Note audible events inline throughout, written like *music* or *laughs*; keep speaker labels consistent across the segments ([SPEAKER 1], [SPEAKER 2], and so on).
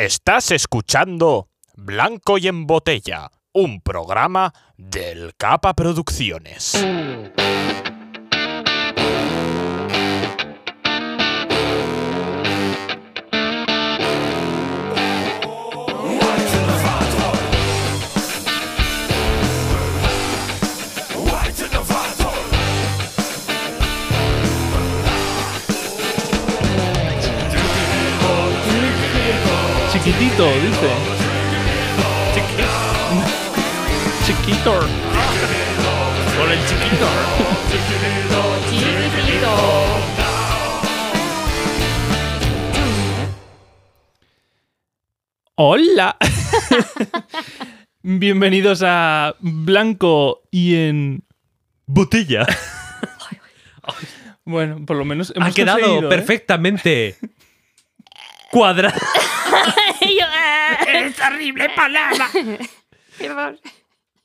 [SPEAKER 1] Estás escuchando Blanco y en Botella, un programa del Capa Producciones.
[SPEAKER 2] Chiquitito, dice. Chiquito.
[SPEAKER 3] Con el chiquito.
[SPEAKER 2] Hola. *laughs* Bienvenidos a Blanco y en
[SPEAKER 1] *laughs*
[SPEAKER 2] Botella. bueno, por lo menos hemos
[SPEAKER 3] Ha quedado
[SPEAKER 2] conseguido, ¿eh?
[SPEAKER 3] perfectamente cuadrado.
[SPEAKER 4] *laughs* Yo, ah,
[SPEAKER 3] ¡Es horrible
[SPEAKER 4] *laughs*
[SPEAKER 3] palabra!
[SPEAKER 4] perdón.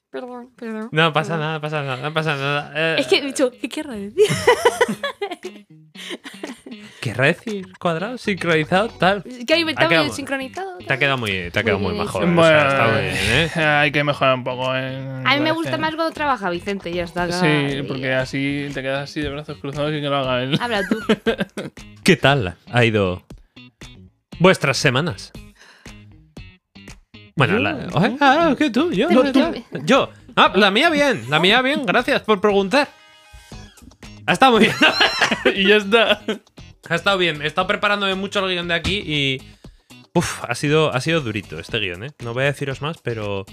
[SPEAKER 4] Perdón, perdón.
[SPEAKER 3] No pasa nada, pasa nada, no pasa nada. Eh,
[SPEAKER 4] Es que, yo, ¿qué querrá decir?
[SPEAKER 3] ¿Querrá decir cuadrado, sincronizado, tal?
[SPEAKER 4] Que ahí
[SPEAKER 3] Ha quedado-
[SPEAKER 4] estaba sincronizado.
[SPEAKER 3] Te ha quedado muy, te ha quedado muy,
[SPEAKER 4] Muy bien
[SPEAKER 3] majo.
[SPEAKER 4] hecho.
[SPEAKER 3] eh, o sea, está muy bien, ¿eh?
[SPEAKER 2] Hay que mejorar un poco. ¿eh?
[SPEAKER 4] A mí me
[SPEAKER 2] parece.
[SPEAKER 4] gusta más cuando trabaja Vicente, ya está.
[SPEAKER 2] Sí, porque así te quedas así de brazos cruzados y que lo haga él. *laughs*
[SPEAKER 3] *laughs*
[SPEAKER 4] Habla tú.
[SPEAKER 3] ¿Qué tal ha ido vuestras semanas? Bueno,
[SPEAKER 2] Yo,
[SPEAKER 3] la, Oye, ah, ¿qué tú? Yo,
[SPEAKER 4] Tú,
[SPEAKER 3] yo,
[SPEAKER 4] tú.
[SPEAKER 3] yo. Yo. Ah, la mía bien, la mía bien, gracias por preguntar. Ha estado muy bien.
[SPEAKER 2] y ya está.
[SPEAKER 3] Ha estado bien, he estado preparándome mucho el guión de aquí y. Uf, ha sido, ha sido durito este guión, ¿eh? No voy a deciros más, pero.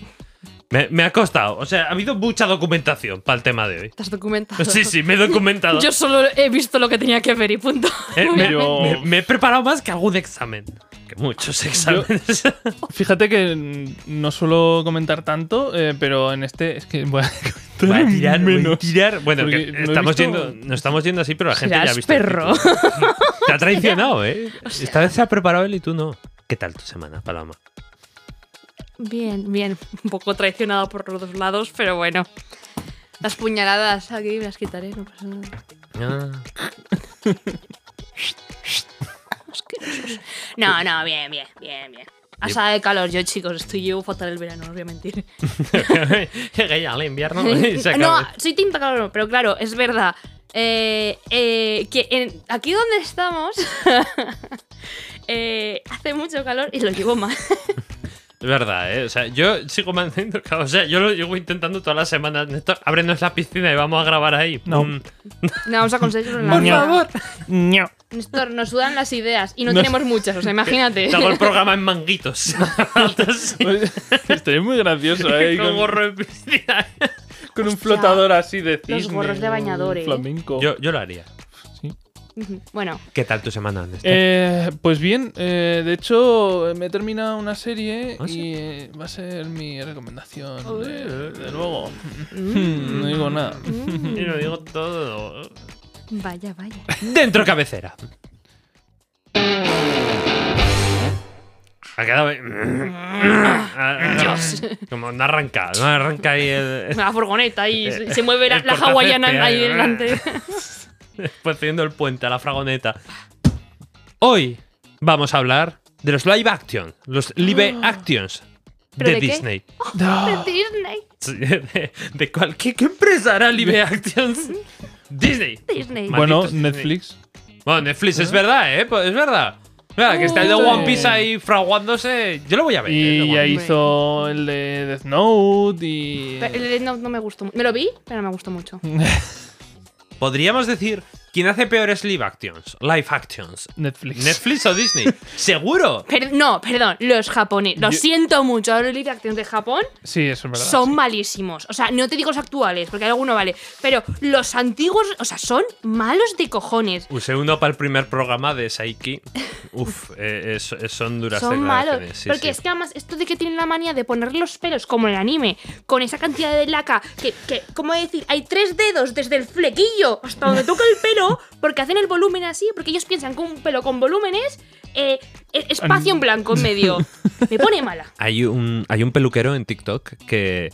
[SPEAKER 3] Me, me ha costado. O sea, ha habido mucha documentación para el tema de hoy.
[SPEAKER 4] Estás documentado.
[SPEAKER 3] Sí, sí, me he documentado.
[SPEAKER 4] *laughs* Yo solo he visto lo que tenía que ver y punto. *laughs*
[SPEAKER 3] Eh, me,
[SPEAKER 2] Yo-
[SPEAKER 3] me- me he preparado más que algún examen. Que muchos
[SPEAKER 2] *laughs*
[SPEAKER 3] exámenes. *laughs*
[SPEAKER 2] Fíjate que mm, no suelo comentar tanto, eh, pero en este es que voy a *laughs* comentar
[SPEAKER 3] Voy a tirar, voy a
[SPEAKER 2] menos.
[SPEAKER 3] tirar. Bueno,
[SPEAKER 2] Porque
[SPEAKER 3] que
[SPEAKER 2] no he
[SPEAKER 3] estamos
[SPEAKER 2] visto-
[SPEAKER 3] yendo, nos estamos yendo así, pero la gente ya ha
[SPEAKER 4] Serás
[SPEAKER 3] visto. el
[SPEAKER 4] perro.
[SPEAKER 3] título. Te ha traicionado, ¿eh?
[SPEAKER 4] *laughs*
[SPEAKER 3] Esta vez se ha preparado él y tú no. ¿Qué tal tu semana, Paloma?
[SPEAKER 4] Bien, bien. Un poco traicionado por los dos lados, pero bueno. Las puñaladas aquí las quitaré, no pasa nada.
[SPEAKER 3] Ah,
[SPEAKER 4] No, no, bien, bien, bien, bien. Asada de calor, yo chicos, estoy yo fatal el verano, no os voy a mentir.
[SPEAKER 3] *laughs* Llega ya el invierno
[SPEAKER 4] *laughs*
[SPEAKER 3] y se acabó.
[SPEAKER 4] No, soy tinta calor, pero claro, es verdad. Eh, eh, que en- aquí donde estamos *laughs* eh, hace mucho calor y lo llevo mal. *laughs*
[SPEAKER 3] Es verdad, ¿eh? O sea, yo sigo manteniendo. O sea, yo lo llevo intentando todas las semanas. Néstor, ábrenos la piscina y vamos a grabar ahí.
[SPEAKER 2] No.
[SPEAKER 3] Mm.
[SPEAKER 4] No, vamos a conseguirlo en la
[SPEAKER 2] Por
[SPEAKER 4] vida.
[SPEAKER 2] favor. Ño. *laughs*
[SPEAKER 4] Néstor, nos sudan las ideas y no,
[SPEAKER 2] Nos-
[SPEAKER 4] tenemos muchas, o
[SPEAKER 3] *laughs*
[SPEAKER 4] sea, imagínate.
[SPEAKER 3] Te hago el programa en
[SPEAKER 4] *laughs*
[SPEAKER 3] manguitos. Entonces,
[SPEAKER 2] Estaría muy
[SPEAKER 3] *laughs*
[SPEAKER 2] gracioso, ¿eh?
[SPEAKER 3] con
[SPEAKER 2] Con,
[SPEAKER 3] gorro de piscina.
[SPEAKER 2] con un flotador así de cisne.
[SPEAKER 4] los gorros de
[SPEAKER 2] un
[SPEAKER 4] bañador, ¿eh?
[SPEAKER 2] Flamenco.
[SPEAKER 3] Yo, yo lo haría.
[SPEAKER 2] Sí.
[SPEAKER 4] *laughs* bueno,
[SPEAKER 3] ¿Qué tal tu semana, Néstor?
[SPEAKER 2] Eh,
[SPEAKER 3] este-
[SPEAKER 2] pues bien, eh, de hecho me he terminado una serie
[SPEAKER 3] ¿Ah, sí?
[SPEAKER 2] y eh, va a ser mi recomendación
[SPEAKER 3] Uy.
[SPEAKER 2] de, de luego.
[SPEAKER 4] mm,
[SPEAKER 2] no digo
[SPEAKER 4] *laughs*
[SPEAKER 2] nada.
[SPEAKER 3] Y lo digo todo.
[SPEAKER 4] vaya, vaya.
[SPEAKER 3] Dentro cabecera. Ha quedado. Dios. Como no arranca, no arranca ahí el.
[SPEAKER 4] La furgoneta y se, se mueve la,
[SPEAKER 3] El
[SPEAKER 4] la hawaiana
[SPEAKER 3] portacésped,
[SPEAKER 4] ahí
[SPEAKER 3] ahí.
[SPEAKER 4] delante.
[SPEAKER 3] *laughs* Después teniendo Pues el puente a la fragoneta. Hoy vamos a hablar de los live action, los live actions
[SPEAKER 4] Ah. ¿Pero
[SPEAKER 3] de,
[SPEAKER 4] de qué?
[SPEAKER 3] Disney.
[SPEAKER 4] De Disney,
[SPEAKER 3] Sí, *laughs* De, de cualquier ¿qué empresa hará live
[SPEAKER 4] *laughs*
[SPEAKER 3] actions. Disney.
[SPEAKER 4] Disney.
[SPEAKER 3] Ma-
[SPEAKER 2] Bueno,
[SPEAKER 3] Malditos Disney.
[SPEAKER 2] Netflix.
[SPEAKER 3] Bueno, Netflix es verdad, ¿eh? Pues es verdad. Es verdad, que está el de
[SPEAKER 4] Uy.
[SPEAKER 3] One Piece ahí fraguándose. Yo lo voy a ver. eh, el de
[SPEAKER 2] Y
[SPEAKER 3] One
[SPEAKER 2] ya
[SPEAKER 3] Piece.
[SPEAKER 2] hizo el de Death Note y.
[SPEAKER 4] Pero el de no, no me gustó. Me lo vi, pero no me gustó mucho.
[SPEAKER 3] Podríamos decir, ¿quién hace peores live actions? Live
[SPEAKER 2] *laughs*
[SPEAKER 3] actions.
[SPEAKER 2] *laughs* Netflix.
[SPEAKER 3] ¿Netflix o
[SPEAKER 2] *laughs*
[SPEAKER 3] Disney? Seguro.
[SPEAKER 4] Per- no, perdón, los japoneses. Lo
[SPEAKER 2] Yo-
[SPEAKER 4] siento mucho, los live actions de Japón
[SPEAKER 2] Sí, eso es verdad.
[SPEAKER 4] son malísimos. O sea, no te digo los actuales, porque alguno vale. Pero los antiguos, o sea, son malos de cojones.
[SPEAKER 3] Usé uno para el primer programa de Saiki.
[SPEAKER 4] *laughs*
[SPEAKER 3] Uf, eh, es- es- son duras
[SPEAKER 4] Son malos.
[SPEAKER 3] declaraciones, sí,
[SPEAKER 4] porque
[SPEAKER 3] sí.
[SPEAKER 4] es que además, esto de que tienen la manía de poner los pelos como en el anime, con esa cantidad de laca, que, que ¿cómo decir? Hay tres dedos desde el flequillo hasta donde toca el pelo, porque hacen el volumen así, porque ellos piensan que un pelo con volúmenes, eh, e- espacio
[SPEAKER 3] *laughs*
[SPEAKER 4] en blanco en medio. Me pone mala.
[SPEAKER 3] Hay un, hay un peluquero en TikTok que,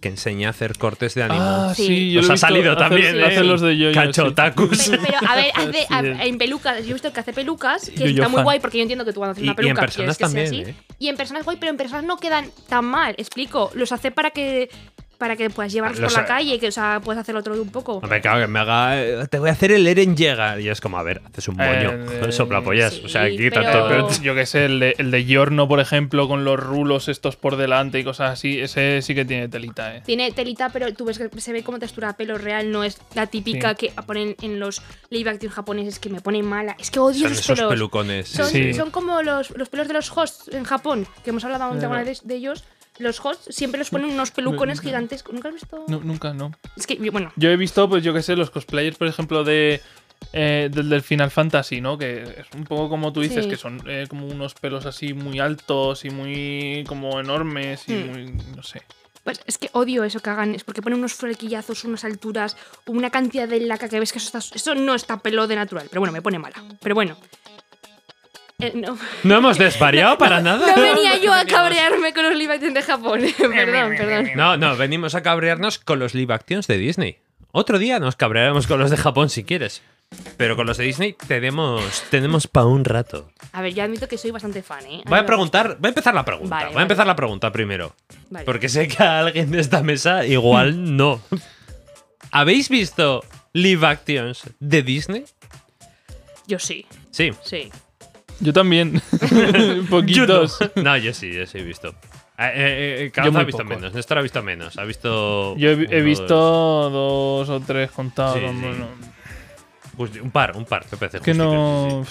[SPEAKER 3] que enseña a hacer cortes de ánimo.
[SPEAKER 2] Ah, sí,
[SPEAKER 4] Sí.
[SPEAKER 2] yo
[SPEAKER 3] Nos
[SPEAKER 2] lo he
[SPEAKER 3] ha
[SPEAKER 2] visto
[SPEAKER 3] salido
[SPEAKER 2] hacer-
[SPEAKER 3] también, ¿eh?
[SPEAKER 2] hacer los de yo
[SPEAKER 3] Cachotakus.
[SPEAKER 4] Pero, pero, a ver, hace-
[SPEAKER 2] Sí,
[SPEAKER 4] a-
[SPEAKER 2] bien.
[SPEAKER 4] en pelucas, yo he visto que hace pelucas, que
[SPEAKER 2] Yo-yo
[SPEAKER 4] está muy
[SPEAKER 2] fan.
[SPEAKER 4] guay, porque yo entiendo que tú cuando haces
[SPEAKER 3] Y- y
[SPEAKER 4] una
[SPEAKER 3] en
[SPEAKER 4] peluca
[SPEAKER 3] personas
[SPEAKER 4] quieres que sea
[SPEAKER 3] también,
[SPEAKER 4] así.
[SPEAKER 3] ¿eh?
[SPEAKER 4] Y en personas guay, pero en personas no quedan tan mal, explico. Los hace para que para que puedas llevarlos
[SPEAKER 3] Ah, Los
[SPEAKER 4] por la
[SPEAKER 3] ha-
[SPEAKER 4] calle, que o sea, puedes hacer otro de un poco.
[SPEAKER 3] *laughs* Hombre, claro, que me haga. eh, Te voy a hacer el Eren llega. Y es como, a ver, haces un moño.
[SPEAKER 2] Eh,
[SPEAKER 3] joder, *laughs* soplapollas.
[SPEAKER 4] sí,
[SPEAKER 3] o sea, quítate.
[SPEAKER 2] Pero
[SPEAKER 4] pero- *laughs*
[SPEAKER 2] yo que sé, el de, el de Giorno, por ejemplo, con los rulos estos por delante y cosas así, ese sí que tiene telita, eh.
[SPEAKER 4] Tiene telita, pero tú ves que se ve como textura de pelo real, no es la típica
[SPEAKER 2] Sí.
[SPEAKER 4] que ponen en los layback tours japoneses que me pone mala. Es que odio
[SPEAKER 3] Son
[SPEAKER 4] esos
[SPEAKER 3] esos
[SPEAKER 4] pelos.
[SPEAKER 3] pelucones. sí,
[SPEAKER 4] son,
[SPEAKER 3] sí.
[SPEAKER 2] sí.
[SPEAKER 4] son como los, los pelos de los hosts en Japón, que hemos hablado un tema de, de ellos. Los hosts siempre los ponen unos
[SPEAKER 3] *laughs*
[SPEAKER 4] pelucones
[SPEAKER 2] no.
[SPEAKER 4] gigantescos. ¿Nunca has visto?
[SPEAKER 2] No, nunca, no.
[SPEAKER 4] Es que, yo- bueno,
[SPEAKER 2] Yo he visto, pues yo que sé, los cosplayers, por ejemplo, de eh, del, del Final Fantasy, ¿no? Que es un poco como tú dices,
[SPEAKER 4] Sí.
[SPEAKER 2] que son eh, como unos pelos así muy altos y muy como enormes y
[SPEAKER 4] Mm.
[SPEAKER 2] muy, no sé.
[SPEAKER 4] pues es que odio eso que hagan. Es porque ponen unos flequillazos, unas alturas, una cantidad de laca que ves que eso, está, eso no está pelo de natural. Pero bueno, me pone mala. Pero bueno. Eh,
[SPEAKER 3] *laughs*
[SPEAKER 4] no,
[SPEAKER 3] No hemos desvariado para nada.
[SPEAKER 4] *laughs* no venía yo a cabrearme con los live action de Japón. *laughs*
[SPEAKER 3] Eh,
[SPEAKER 4] perdón, perdón.
[SPEAKER 3] No, no, venimos a cabrearnos con los live actions de Disney. Otro día nos cabrearemos con los de Japón si quieres. Pero con los de Disney tenemos, tenemos para un rato.
[SPEAKER 4] A ver, yo admito que soy bastante fan, ¿eh?
[SPEAKER 3] Voy
[SPEAKER 4] mí
[SPEAKER 3] a
[SPEAKER 4] me
[SPEAKER 3] preguntar, voy a empezar la pregunta.
[SPEAKER 4] Vale,
[SPEAKER 3] voy a
[SPEAKER 4] vale.
[SPEAKER 3] empezar la pregunta primero.
[SPEAKER 4] gusta. Vale.
[SPEAKER 3] Porque sé que a alguien de esta mesa
[SPEAKER 4] *laughs*
[SPEAKER 3] igual no. ¿Habéis visto live actions de Disney?
[SPEAKER 4] Yo sí,
[SPEAKER 3] Sí.
[SPEAKER 4] sí.
[SPEAKER 2] Yo también. *laughs* Poquitos.
[SPEAKER 3] Yo *laughs* no. No, yo sí, yo sí he visto. Eh, eh, eh, Carlos
[SPEAKER 2] Yo muy
[SPEAKER 3] ha visto
[SPEAKER 2] poco.
[SPEAKER 3] menos, Néstor ha visto menos, ha visto...
[SPEAKER 2] Yo he, he
[SPEAKER 3] uno,
[SPEAKER 2] visto
[SPEAKER 3] dos,
[SPEAKER 2] dos o tres contados.
[SPEAKER 3] Sí,
[SPEAKER 2] no,
[SPEAKER 3] sí.
[SPEAKER 2] no.
[SPEAKER 3] pues un par, un par, me parece.
[SPEAKER 2] que
[SPEAKER 3] justo,
[SPEAKER 2] no.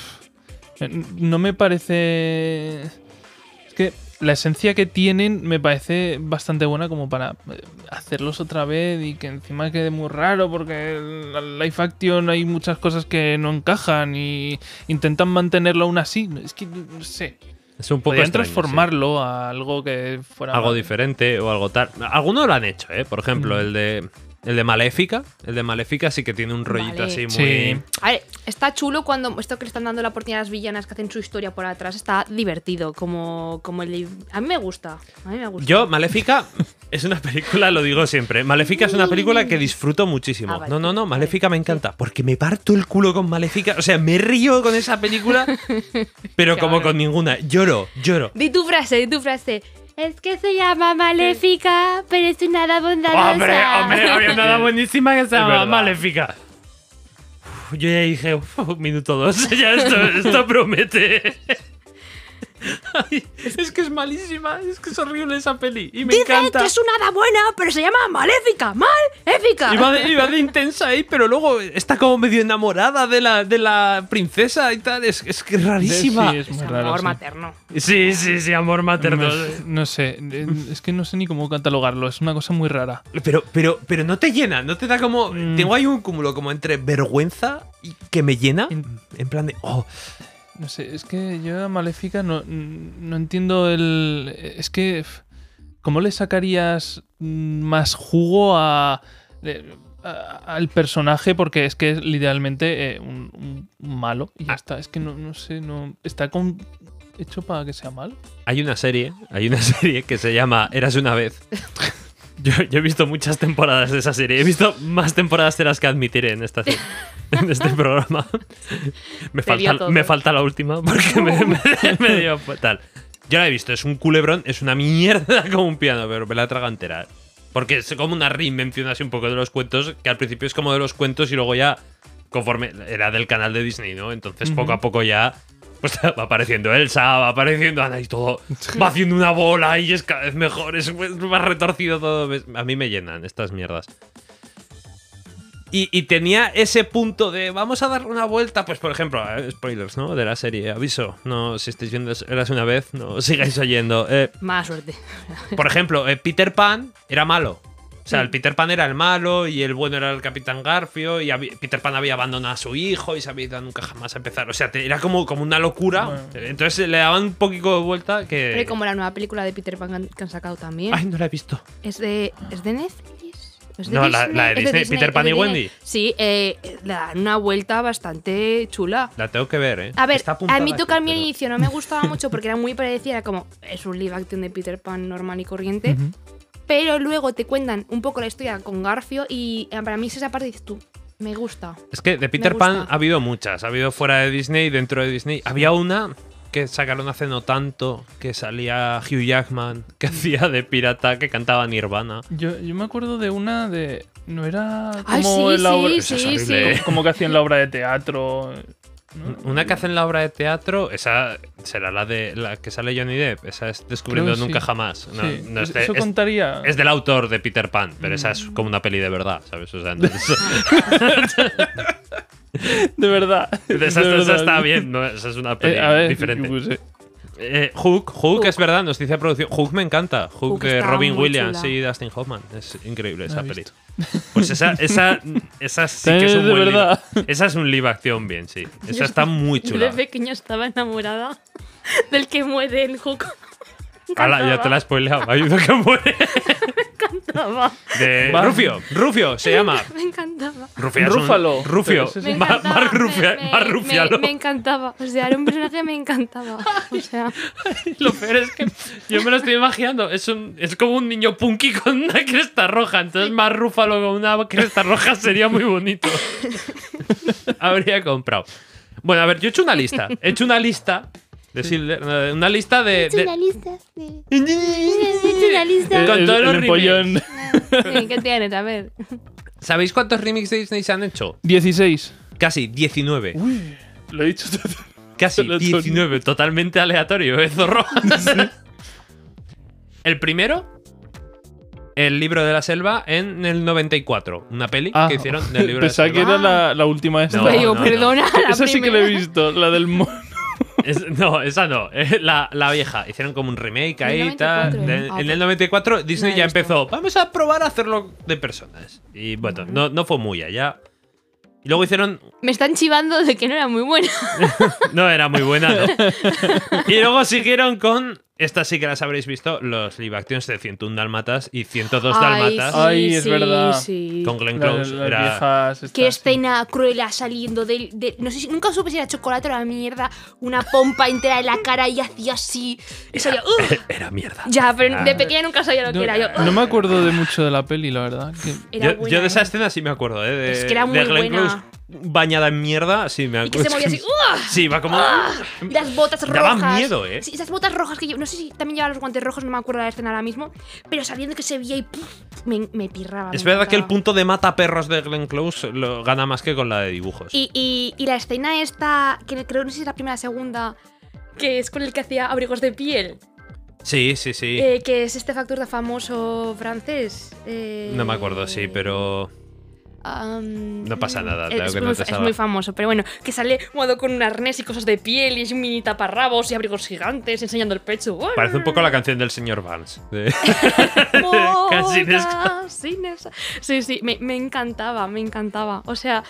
[SPEAKER 3] sí,
[SPEAKER 2] pf, No me parece. Es que la esencia que tienen me parece bastante buena como para eh, hacerlos otra vez y que encima quede muy raro porque el- la live action hay muchas cosas que no encajan y intentan mantenerlo aún así. Es que no sé.
[SPEAKER 3] sí. Es un poco
[SPEAKER 2] Podrían
[SPEAKER 3] extraño, sí.
[SPEAKER 2] transformarlo a algo que fuera.
[SPEAKER 3] algo
[SPEAKER 2] más-
[SPEAKER 3] diferente o algo tal. Algunos lo han hecho, ¿eh? Por ejemplo,
[SPEAKER 2] Mm.
[SPEAKER 3] el de el de Maléfica, el de Maléfica sí que tiene un rollito
[SPEAKER 4] Vale.
[SPEAKER 3] así muy
[SPEAKER 2] Sí.
[SPEAKER 4] A ver, está chulo cuando esto que le están dando la oportunidad a las villanas que hacen su historia por atrás está divertido, como, como el... A mí me gusta, a mí me gusta.
[SPEAKER 3] Yo Maléfica es una película, lo digo siempre. Maléfica es una película que disfruto muchísimo.
[SPEAKER 4] Ah, vale.
[SPEAKER 3] No, no, no, Maléfica me encanta porque me parto el culo con Maléfica, o sea, me río con esa
[SPEAKER 4] *laughs*
[SPEAKER 3] película, pero como
[SPEAKER 4] Claro.
[SPEAKER 3] con ninguna, lloro, lloro.
[SPEAKER 4] Di tu frase, di tu frase. Es que se llama Maléfica, pero es una hada bondadosa.
[SPEAKER 2] Eh,
[SPEAKER 3] Hombre, hombre, había una buenísima que se llama
[SPEAKER 2] verdad.
[SPEAKER 3] Maléfica. Uf, Yo ya dije, uf, un minuto dos, *laughs* ya esto, esto promete. Ay, es que es malísima, es que es horrible esa peli y me
[SPEAKER 4] Dice
[SPEAKER 3] encanta.
[SPEAKER 4] que es una hada buena, pero se llama Maléfica, Maléfica.
[SPEAKER 3] Y va de, y va de intensa ahí, pero luego está como medio enamorada de la, de la princesa y tal. Es, es que es rarísima.
[SPEAKER 2] Sí, es
[SPEAKER 4] Es
[SPEAKER 2] muy
[SPEAKER 4] amor
[SPEAKER 2] raro. sí.
[SPEAKER 4] materno.
[SPEAKER 3] Sí, sí, sí, amor materno.
[SPEAKER 2] Me- no sé, eh, es que no sé ni cómo catalogarlo, es una cosa muy rara.
[SPEAKER 3] Pero, pero, pero no te llena, no te da como. Tengo ahí un cúmulo como entre vergüenza y que me llena. En plan de. Oh,
[SPEAKER 2] No sé, es que yo a Maléfica no, mm, no entiendo el... Es que... f- ¿Cómo le sacarías mm, más jugo a, eh, a- al personaje? Porque es que es literalmente eh, un, un malo
[SPEAKER 3] Ah.
[SPEAKER 2] y ya está. Es que no, no sé, no... Está con... hecho para que sea malo.
[SPEAKER 3] Hay una serie, hay una *laughs* serie que se llama Eras una vez. Yo, yo he visto muchas temporadas de esa serie. He visto más temporadas de las que admitiré en, esta, se-
[SPEAKER 4] *laughs*
[SPEAKER 3] en este programa. Me
[SPEAKER 4] Te dio
[SPEAKER 3] falta,
[SPEAKER 4] todo. Uh.
[SPEAKER 3] me falta la última porque me, me- me dio fatal. Yo la he visto, es un culebrón, es una mierda *laughs* como un piano, pero me la traga entera. ¿eh? Porque es como una reinvención así un poco de los cuentos, que al principio es como de los cuentos y luego ya, conforme era del canal de Disney, ¿no? Entonces poco a poco ya pues, *laughs* va apareciendo Elsa, va apareciendo Ana y todo, va haciendo una bola y es cada vez mejor, es más retorcido todo. Es- A mí me llenan estas mierdas. Y, y tenía ese punto de vamos a darle una vuelta, pues por ejemplo, eh, spoilers, ¿no? De la serie, aviso, no, si estáis viendo eras una vez, no sigáis oyendo. Eh,
[SPEAKER 4] Más suerte.
[SPEAKER 3] por ejemplo, eh, Peter Pan era malo. O sea, el Peter Pan era el malo y el bueno era el Capitán Garfio y había- Peter Pan había abandonado a su hijo y se había ido a nunca jamás a empezar. O sea, te- era como, como una locura. Eh,
[SPEAKER 2] Bueno.
[SPEAKER 3] Entonces le daban un poquito de vuelta que...
[SPEAKER 4] Pero como la nueva película de Peter Pan que han sacado también.
[SPEAKER 3] Ay, no la he visto.
[SPEAKER 4] ¿Es de, ¿es de Netflix? ¿Es
[SPEAKER 3] No, la- la de
[SPEAKER 4] ¿Es
[SPEAKER 3] Disney, Peter Pan
[SPEAKER 4] ¿Es de
[SPEAKER 3] y
[SPEAKER 4] Disney?
[SPEAKER 3] Wendy.
[SPEAKER 4] Sí, eh, le dan una vuelta bastante chula.
[SPEAKER 3] La tengo que ver, ¿eh?
[SPEAKER 4] A ver,
[SPEAKER 3] Está apuntada
[SPEAKER 4] a mí
[SPEAKER 3] aquí,
[SPEAKER 4] tocar mi
[SPEAKER 3] pero-
[SPEAKER 4] inicio no me gustaba mucho porque era muy parecida, era como es un live action de Peter Pan normal y corriente. Pero luego te cuentan un poco la historia con Garfio y eh, para mí es esa parte dices tú, me gusta.
[SPEAKER 3] Es que de Peter Pan
[SPEAKER 4] gusta.
[SPEAKER 3] ha habido muchas. Ha habido fuera de Disney, dentro de Disney. Había una que sacaron hace no tanto, que salía Hugh Jackman, *laughs* que hacía de pirata, que cantaba Nirvana.
[SPEAKER 2] Yo, yo me acuerdo de una de. No era como
[SPEAKER 4] Ay, sí,
[SPEAKER 2] la obra-
[SPEAKER 3] Eso
[SPEAKER 4] sí,
[SPEAKER 3] es
[SPEAKER 4] sí, sí.
[SPEAKER 3] horrible, ¿eh?
[SPEAKER 2] como que hacían la obra de teatro.
[SPEAKER 3] Una que hacen la obra de teatro, esa será la de la que sale Johnny Depp. Esa es Descubriendo
[SPEAKER 2] Creo que
[SPEAKER 3] Nunca
[SPEAKER 2] sí.
[SPEAKER 3] Jamás. No,
[SPEAKER 2] Sí,
[SPEAKER 3] no,
[SPEAKER 2] es-
[SPEAKER 3] este-
[SPEAKER 2] eso Mm.
[SPEAKER 3] es-
[SPEAKER 2] contaría.
[SPEAKER 3] Es del autor de Peter Pan, pero esa es como una peli de verdad, ¿sabes? O
[SPEAKER 2] *laughs*
[SPEAKER 3] sea, entonces-
[SPEAKER 2] *laughs* de verdad.
[SPEAKER 3] esa,
[SPEAKER 2] de
[SPEAKER 3] esa
[SPEAKER 2] verdad.
[SPEAKER 3] está bien, no, esa es una peli
[SPEAKER 2] Eh, a ver,
[SPEAKER 3] diferente.
[SPEAKER 2] yo qué sé.
[SPEAKER 3] Eh, Hook, Hook,
[SPEAKER 4] Hook.
[SPEAKER 3] es verdad, nos dice producción. Hook me encanta. Hook,
[SPEAKER 4] Hook
[SPEAKER 3] eh,
[SPEAKER 4] está
[SPEAKER 3] Robin
[SPEAKER 4] muy
[SPEAKER 3] Williams
[SPEAKER 4] chula.
[SPEAKER 3] y Dustin Hoffman. Es increíble esa
[SPEAKER 2] he
[SPEAKER 3] peli. Pues esa, esa,
[SPEAKER 2] *laughs*
[SPEAKER 3] esa sí que es
[SPEAKER 2] También
[SPEAKER 3] un
[SPEAKER 2] es de
[SPEAKER 3] buen live-
[SPEAKER 2] verdad.
[SPEAKER 3] Esa es un live action bien, sí. Esa
[SPEAKER 4] Yo-
[SPEAKER 3] está muy
[SPEAKER 2] *laughs*
[SPEAKER 4] Yo
[SPEAKER 3] chula.
[SPEAKER 4] de pequeña estaba enamorada *laughs* del que muere el *laughs* hook.
[SPEAKER 3] Ala, ya te la he spoileado. Ayuda que muere.
[SPEAKER 4] encantaba.
[SPEAKER 3] *laughs* De
[SPEAKER 2] Va.
[SPEAKER 3] Rufio. Rufio se llama.
[SPEAKER 4] Me encantaba.
[SPEAKER 3] Rufio. es un-
[SPEAKER 2] Rúfalo.
[SPEAKER 3] Rufio.
[SPEAKER 2] Pero ese es-
[SPEAKER 4] Me
[SPEAKER 3] Ma-
[SPEAKER 4] encantaba.
[SPEAKER 3] Mark Rufia-
[SPEAKER 4] me, me-
[SPEAKER 3] Mark Rufialo.
[SPEAKER 4] me- me encantaba. O sea, era un personaje que
[SPEAKER 3] *laughs*
[SPEAKER 4] me encantaba. O sea,
[SPEAKER 3] Lo peor es que yo me lo estoy imaginando. Es, un, es como un niño punky con una cresta roja. Entonces, más rúfalo con una cresta roja sería muy
[SPEAKER 4] *laughs*
[SPEAKER 3] bonito. Habría comprado. Bueno, a ver, yo he hecho una lista. He hecho una lista de Silver. eh, Una lista de. de-
[SPEAKER 4] lista. sí. hecho una lista.
[SPEAKER 3] Con
[SPEAKER 2] Eh, El-
[SPEAKER 3] todos
[SPEAKER 2] el
[SPEAKER 3] los
[SPEAKER 2] empollón.
[SPEAKER 3] remakes.
[SPEAKER 2] *laughs*
[SPEAKER 4] Sí, ¿Qué tienes? A ver.
[SPEAKER 3] ¿Sabéis cuántos remix de Disney se han hecho?
[SPEAKER 2] 16.
[SPEAKER 3] Casi 19.
[SPEAKER 2] Uy, lo he dicho todo.
[SPEAKER 3] Casi
[SPEAKER 2] Solo son-
[SPEAKER 3] 19, totalmente aleatorio,
[SPEAKER 2] *laughs*
[SPEAKER 3] ¿eh, zorro? el primero, El libro de la selva en el 94, una peli
[SPEAKER 2] Ah,
[SPEAKER 3] que hicieron del libro
[SPEAKER 2] *laughs*
[SPEAKER 3] de la
[SPEAKER 2] Pensaba que
[SPEAKER 3] selva.
[SPEAKER 2] era la, la última esta.
[SPEAKER 3] No,
[SPEAKER 4] Pues
[SPEAKER 2] *laughs*
[SPEAKER 4] digo,
[SPEAKER 3] no, no.
[SPEAKER 4] perdona. la
[SPEAKER 2] Esa sí que la
[SPEAKER 4] primera.
[SPEAKER 2] he visto, la del mono.
[SPEAKER 3] Es- no, esa no, eh, la, la vieja. Hicieron como un remake ahí y
[SPEAKER 4] Del
[SPEAKER 3] tal.
[SPEAKER 4] 94,
[SPEAKER 3] De-
[SPEAKER 4] ah,
[SPEAKER 3] en
[SPEAKER 4] ok.
[SPEAKER 3] el 94 Disney
[SPEAKER 4] No he
[SPEAKER 3] ya
[SPEAKER 4] visto.
[SPEAKER 3] empezó, vamos a probar a hacerlo de personas. Y bueno, no, no fue muy allá. Y luego hicieron
[SPEAKER 4] Me están chivando de que no era muy buena.
[SPEAKER 3] No era muy buena, ¿no? y luego siguieron con. Estas sí que las habréis visto, los live actions de 101 Dálmatas y 102
[SPEAKER 4] Ay,
[SPEAKER 3] Dálmatas.
[SPEAKER 2] sí. Ay, es verdad.
[SPEAKER 4] sí.
[SPEAKER 3] Con *laughs* Glenn
[SPEAKER 2] La-
[SPEAKER 3] Close
[SPEAKER 2] las
[SPEAKER 3] era.
[SPEAKER 2] viejas estas,
[SPEAKER 4] Qué
[SPEAKER 2] sí.
[SPEAKER 4] escena cruela saliendo del. del- no sé si nunca supe si era chocolate o la mierda. Una pompa entera en la cara y hacía así. Y salía. "Ugh".
[SPEAKER 3] *laughs* Era mierda.
[SPEAKER 4] Ya, pero
[SPEAKER 3] Ah.
[SPEAKER 4] de pequeña nunca sabía lo que era. Yo, ¡uh!
[SPEAKER 2] No, no me acuerdo de mucho de la peli, la verdad. que-
[SPEAKER 4] Era
[SPEAKER 3] yo,
[SPEAKER 4] buena,
[SPEAKER 3] yo de esa
[SPEAKER 4] ¿eh?
[SPEAKER 3] escena sí me acuerdo, ¿eh? De,
[SPEAKER 4] Es que era muy
[SPEAKER 3] de Glenn
[SPEAKER 4] buena.
[SPEAKER 3] Close bañada en mierda, sí me
[SPEAKER 4] Y
[SPEAKER 3] acuerdo.
[SPEAKER 4] que se movía así. ¡Ah! ¡Uah!
[SPEAKER 3] *laughs* Sí, va como.
[SPEAKER 4] Y las botas
[SPEAKER 3] Daba
[SPEAKER 4] rojas.
[SPEAKER 3] miedo, ¿eh?
[SPEAKER 4] Sí, esas botas rojas que yo. No sé si también llevaba los guantes rojos, no me acuerdo de la escena ahora mismo. Pero saliendo que se veía y. ¡puf! me, me pirraba.
[SPEAKER 3] Es
[SPEAKER 4] me
[SPEAKER 3] verdad que el
[SPEAKER 4] encantaba.
[SPEAKER 3] punto de mata perros de Glenn Close lo gana más que con la de dibujos.
[SPEAKER 4] Y, y- y la escena esta, que creo no sé si es la primera o la segunda, que es con el que hacía abrigos de piel.
[SPEAKER 3] Sí, sí, sí.
[SPEAKER 4] Eh, que es este factor de famoso francés. eh,
[SPEAKER 3] no me acuerdo, sí, pero.
[SPEAKER 4] am,
[SPEAKER 3] No pasa nada,
[SPEAKER 4] es,
[SPEAKER 3] claro
[SPEAKER 4] es
[SPEAKER 3] que no
[SPEAKER 4] muy,
[SPEAKER 3] te
[SPEAKER 4] es
[SPEAKER 3] salva.
[SPEAKER 4] muy famoso, pero bueno, que sale modo con un arnés y cosas de piel y es un mini taparrabos y abrigos gigantes enseñando el pecho.
[SPEAKER 3] Parece un
[SPEAKER 4] *laughs*
[SPEAKER 3] poco la canción del señor Vance. de- *laughs* Cansinesca.
[SPEAKER 4] Boda sin esa- Sí, sí, me, me encantaba, me encantaba. O sea,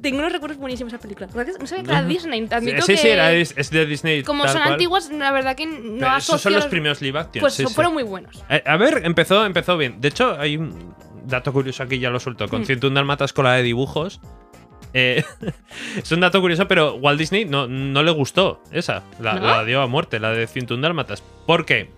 [SPEAKER 4] tengo unos recuerdos buenísimos de esa película. Gracias- No sabía que era Disney,
[SPEAKER 3] *laughs*
[SPEAKER 4] admito
[SPEAKER 3] sí,
[SPEAKER 4] que
[SPEAKER 3] sí, era, es es de Disney.
[SPEAKER 4] como
[SPEAKER 3] tal
[SPEAKER 4] son
[SPEAKER 3] cual.
[SPEAKER 4] antiguas, la verdad que no
[SPEAKER 3] Pero
[SPEAKER 4] asocio...
[SPEAKER 3] Esos son los primeros live actions.
[SPEAKER 4] Pues
[SPEAKER 3] sí, sí.
[SPEAKER 4] fueron muy buenos.
[SPEAKER 3] Eh, A ver, empezó, empezó bien. De hecho, hay un dato curioso aquí, ya lo suelto.
[SPEAKER 4] Mm.
[SPEAKER 3] Con 101 Dalmatas con la de dibujos. Eh, *laughs* es un dato curioso, pero Walt Disney no, no le gustó esa. La,
[SPEAKER 4] ¿No?
[SPEAKER 3] la dio a muerte, la de 101 Dálmatas. ¿Por qué?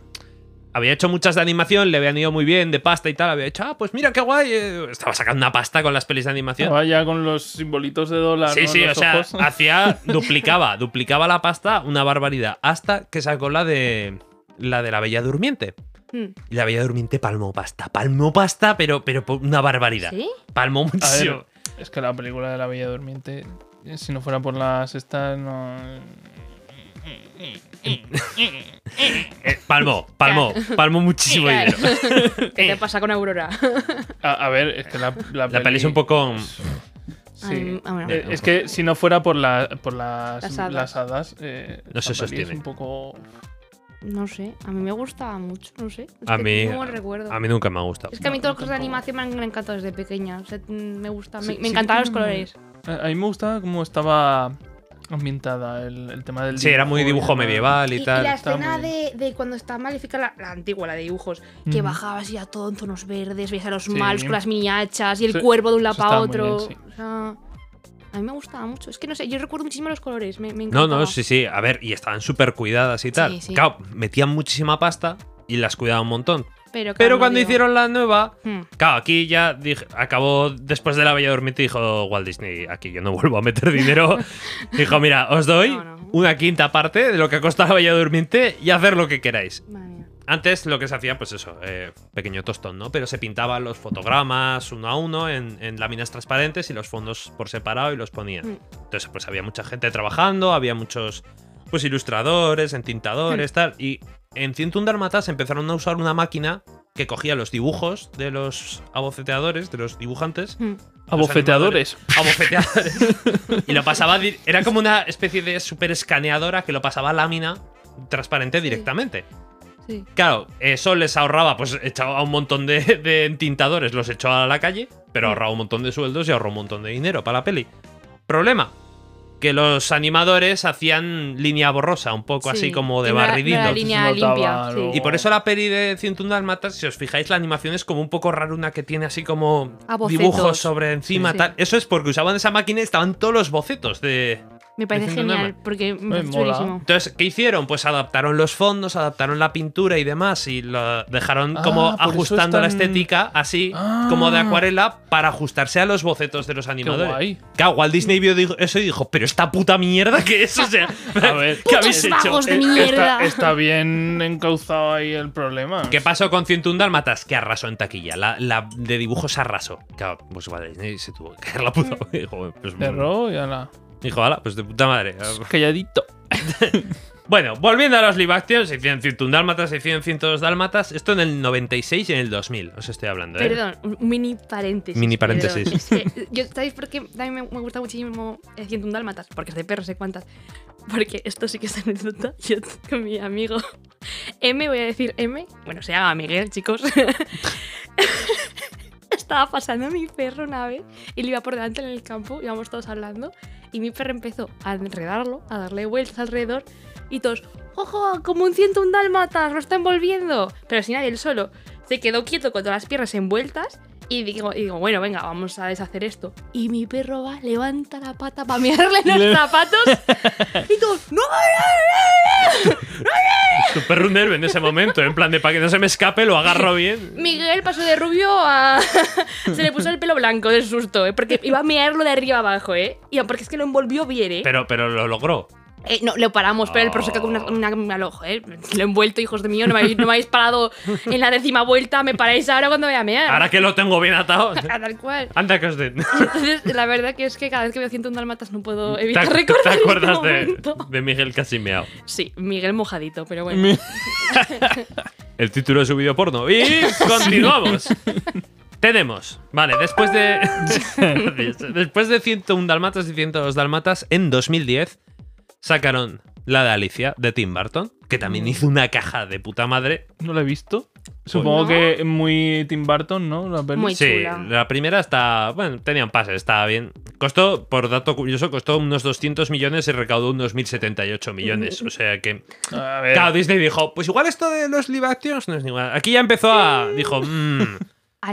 [SPEAKER 3] Había hecho muchas de animación, le habían ido muy bien, de pasta y tal. Había dicho, ah, pues mira qué guay. eh, Estaba sacando una pasta con las pelis de animación.
[SPEAKER 2] Vaya con los simbolitos de dólar.
[SPEAKER 3] Sí,
[SPEAKER 2] ¿no?
[SPEAKER 3] sí,
[SPEAKER 2] en
[SPEAKER 3] o
[SPEAKER 2] los
[SPEAKER 3] sea, *laughs*
[SPEAKER 2] ojos.
[SPEAKER 3] hacía, duplicaba, duplicaba la pasta, una barbaridad, hasta que sacó la de la de la Bella Durmiente.
[SPEAKER 4] Mm.
[SPEAKER 3] Y la Bella Durmiente palmó pasta, palmó pasta, pero, pero por una barbaridad.
[SPEAKER 4] ¿Sí?
[SPEAKER 2] *laughs*
[SPEAKER 3] Palmó
[SPEAKER 2] A ver,
[SPEAKER 3] muchísimo.
[SPEAKER 2] es que la película de la Bella Durmiente, eh, si no fuera por las estas, no.
[SPEAKER 3] Eh, palmó, palmó, palmó muchísimo
[SPEAKER 4] *laughs* Claro.
[SPEAKER 3] dinero.
[SPEAKER 4] *laughs* ¿Qué
[SPEAKER 2] Eh.
[SPEAKER 4] te pasa con Aurora?
[SPEAKER 2] A, a ver, es que la, la,
[SPEAKER 3] La peli es un poco. Mm.
[SPEAKER 2] Sí.
[SPEAKER 4] Ah, bueno.
[SPEAKER 2] Eh, es que si no fuera por, la, por las,
[SPEAKER 4] Las hadas.
[SPEAKER 2] las hadas, eh,
[SPEAKER 3] No se
[SPEAKER 2] la peli
[SPEAKER 3] sostiene.
[SPEAKER 2] Es un poco.
[SPEAKER 4] No sé, a mí me gustaba mucho, no sé. Es
[SPEAKER 3] A
[SPEAKER 4] que
[SPEAKER 3] mí-
[SPEAKER 4] tengo un recuerdo.
[SPEAKER 3] A mí nunca me ha gustado.
[SPEAKER 4] Es que a mí
[SPEAKER 2] No,
[SPEAKER 4] todas las cosas de
[SPEAKER 2] tampoco.
[SPEAKER 4] animación me han encantado desde pequeña. O sea, mm, me gusta, me,
[SPEAKER 2] Sí,
[SPEAKER 4] me
[SPEAKER 2] sí,
[SPEAKER 4] encantaban los
[SPEAKER 2] tiene-
[SPEAKER 4] colores.
[SPEAKER 2] eh, A, a mí me gustaba cómo estaba ambientada el, el tema del
[SPEAKER 3] Sí, era muy dibujo
[SPEAKER 2] y demás.
[SPEAKER 3] medieval
[SPEAKER 4] Y,
[SPEAKER 3] y
[SPEAKER 4] y
[SPEAKER 3] tal.
[SPEAKER 4] la
[SPEAKER 2] está
[SPEAKER 4] escena
[SPEAKER 2] muy
[SPEAKER 4] de, de cuando está maléfica, la, la antigua, la de dibujos, que
[SPEAKER 2] Ujú.
[SPEAKER 4] bajaba así a todo en tonos verdes, veías a los
[SPEAKER 2] Sí.
[SPEAKER 4] malos con las mini hachas y el
[SPEAKER 2] Sí,
[SPEAKER 4] cuervo de un lado
[SPEAKER 2] eso estaba
[SPEAKER 4] para
[SPEAKER 2] muy
[SPEAKER 4] otro.
[SPEAKER 2] bien, sí.
[SPEAKER 4] O sea, a mí me gustaba mucho. Es que no sé, yo recuerdo muchísimo los colores. Me, me
[SPEAKER 3] No, no,
[SPEAKER 4] encantaba.
[SPEAKER 3] sí, sí. A ver, y estaban súper cuidadas y tal.
[SPEAKER 4] Sí, sí.
[SPEAKER 3] Claro, metían muchísima pasta y las cuidaban un montón.
[SPEAKER 4] Pero,
[SPEAKER 3] Pero
[SPEAKER 4] claro,
[SPEAKER 3] cuando
[SPEAKER 4] digo,
[SPEAKER 3] hicieron la nueva,
[SPEAKER 4] hmm,
[SPEAKER 3] Claro, aquí ya dije- acabó después de la Bella Durmiente dijo Walt Disney, aquí yo no vuelvo a meter
[SPEAKER 4] *laughs*
[SPEAKER 3] dinero. dijo, mira, os doy
[SPEAKER 4] No, no.
[SPEAKER 3] una quinta parte de lo que ha costado la Bella Durmiente y hacer lo que queráis.
[SPEAKER 4] madre mía.
[SPEAKER 3] Antes lo que se hacía, pues eso, eh, pequeño tostón, ¿no? Pero se pintaban los fotogramas uno a uno en, en láminas transparentes y los fondos por separado y los ponían.
[SPEAKER 4] Mm.
[SPEAKER 3] Entonces, pues había mucha gente trabajando, había muchos pues ilustradores, entintadores, tal. Y en 101 Dálmatas empezaron a usar una máquina que cogía los dibujos de los abofeteadores, de los
[SPEAKER 4] *laughs*
[SPEAKER 3] dibujantes,
[SPEAKER 4] Hmm.
[SPEAKER 2] Abofeteadores.
[SPEAKER 3] abofeteadores, y lo pasaba. di- Era como una especie de super escaneadora que lo pasaba a lámina transparente directamente.
[SPEAKER 4] Sí.
[SPEAKER 3] Claro, eso les ahorraba, pues echaba un montón de, de tintadores, los echó a la calle,
[SPEAKER 4] Mm.
[SPEAKER 3] pero ahorraba un montón de sueldos y ahorró un montón de dinero para la peli. Problema, que los animadores hacían línea borrosa, un poco así
[SPEAKER 4] Sí.
[SPEAKER 3] como de
[SPEAKER 4] Y no era- no
[SPEAKER 3] barridito.
[SPEAKER 4] era línea
[SPEAKER 2] Se notaba
[SPEAKER 4] limpia. sí.
[SPEAKER 2] luego.
[SPEAKER 3] Y por eso la peli de 101 Dalmatas, si os fijáis, la animación es como un poco raruna que tiene así como
[SPEAKER 4] A bocetos.
[SPEAKER 3] dibujos sobre encima.
[SPEAKER 4] Sí.
[SPEAKER 3] Tal. Eso es porque usaban esa máquina y estaban todos los bocetos de,
[SPEAKER 4] Me parece
[SPEAKER 3] Diciendo nada.
[SPEAKER 4] genial, porque me parece
[SPEAKER 2] mola.
[SPEAKER 4] chulísimo.
[SPEAKER 3] entonces, ¿qué hicieron? Pues adaptaron los fondos, adaptaron la pintura y demás, y lo dejaron
[SPEAKER 2] Ah,
[SPEAKER 3] como
[SPEAKER 2] por eso
[SPEAKER 3] ajustando la
[SPEAKER 2] están-
[SPEAKER 3] estética, así
[SPEAKER 2] Ah.
[SPEAKER 3] como de acuarela, para ajustarse a los bocetos de los animadores.
[SPEAKER 2] guay.
[SPEAKER 3] Claro, Walt Disney vio dijo- eso y dijo, pero esta puta mierda que es, o
[SPEAKER 2] *laughs*
[SPEAKER 3] sea,
[SPEAKER 2] A ver.
[SPEAKER 3] ¿qué
[SPEAKER 4] Putos
[SPEAKER 3] habéis hecho?
[SPEAKER 4] vagos de
[SPEAKER 3] Eh,
[SPEAKER 4] mierda.
[SPEAKER 2] Está, está bien encauzado ahí el problema.
[SPEAKER 3] *laughs* ¿Qué pasó con 101 Dálmatas? Que arrasó en taquilla, la, la de dibujos arrasó. Claro, pues Walt Disney se tuvo que caer la puta.
[SPEAKER 2] Mm.
[SPEAKER 3] *laughs* Dijo, pues,
[SPEAKER 2] Cerró y ala.
[SPEAKER 3] dijo, ala, pues de puta madre.
[SPEAKER 2] Calladito.
[SPEAKER 3] Bueno, volviendo a los live action, se hicieron 101 dálmatas, se hicieron 102 dálmatas. Esto en el 96 y en el 2000, os estoy hablando, ¿eh?
[SPEAKER 4] Perdón, un mini paréntesis.
[SPEAKER 3] Mini
[SPEAKER 4] perdón.
[SPEAKER 3] paréntesis.
[SPEAKER 4] Es que, yo, ¿Sabéis por qué? A mí me, me gusta muchísimo haciendo un dálmatas, porque es de perros, sé cuántas. Porque esto sí que es anécdota. *laughs* Yo con mi amigo M, voy a decir M, bueno, se llama Miguel, chicos. *laughs* Estaba pasando mi perro una vez y le iba por delante en el campo, íbamos todos hablando, y mi perro empezó a enredarlo, a darle vueltas alrededor, y todos, ¡ojo! Como un ciento un dálmatas, lo está envolviendo. Pero sin nadie, él solo. Se quedó quieto con todas las piernas envueltas y digo, y digo, bueno, venga, vamos a deshacer esto. Y mi perro va, levanta la pata
[SPEAKER 3] *laughs*
[SPEAKER 4] para mirarle los zapatos y todos, ¡no!
[SPEAKER 3] Tu perro un héroe en ese momento, en plan de para que no se me escape, lo agarro bien.
[SPEAKER 4] Miguel pasó de rubio a. *laughs* se le puso el pelo blanco del susto, ¿eh? Porque iba a mirarlo de arriba abajo, ¿eh? Y porque es que lo envolvió bien, ¿eh?
[SPEAKER 3] Pero, pero lo logró.
[SPEAKER 4] Eh, no, lo paramos, pero el perro se quedó con una, una- una- al ojo, ¿eh? Lo he envuelto, hijos de mío, no me habéis, no me habéis parado en la décima vuelta, me paráis ahora cuando voy a mear.
[SPEAKER 3] Ahora que lo tengo bien atado.
[SPEAKER 4] *laughs* Ah, Tal cual.
[SPEAKER 3] Anda que os den.
[SPEAKER 4] Entonces, la verdad que es que cada vez que veo 101 dálmatas no puedo
[SPEAKER 3] ¿Te,
[SPEAKER 4] evitar
[SPEAKER 3] ac-
[SPEAKER 4] recordar
[SPEAKER 3] te
[SPEAKER 4] este
[SPEAKER 3] acuerdas de,
[SPEAKER 4] momento.
[SPEAKER 3] de Miguel Casimeao?
[SPEAKER 4] Sí, Miguel mojadito, pero bueno.
[SPEAKER 2] Mi-
[SPEAKER 3] El título de su video porno. Y continuamos. Tenemos, vale, después
[SPEAKER 4] *laughs*
[SPEAKER 3] de. después de 101 Dalmatas y 102 Dalmatas, en 2010 sacaron la de Alicia de Tim Burton, que también hizo una caja de puta madre.
[SPEAKER 2] No lo he visto. Supongo
[SPEAKER 4] ¿no?
[SPEAKER 2] que muy Tim Burton, ¿no? La peli.
[SPEAKER 4] Muy
[SPEAKER 3] sí,
[SPEAKER 4] chula.
[SPEAKER 3] la primera está. Bueno, tenían pases, estaba bien. Costó, por dato curioso, costó unos 200 millones y recaudó unos 1078
[SPEAKER 4] Mm.
[SPEAKER 3] millones. O sea que.
[SPEAKER 2] A ver.
[SPEAKER 3] Claro, Disney dijo: Pues igual esto de los live actions no es igual. Aquí ya empezó a. Dijo:
[SPEAKER 4] *laughs*
[SPEAKER 3] Mmm.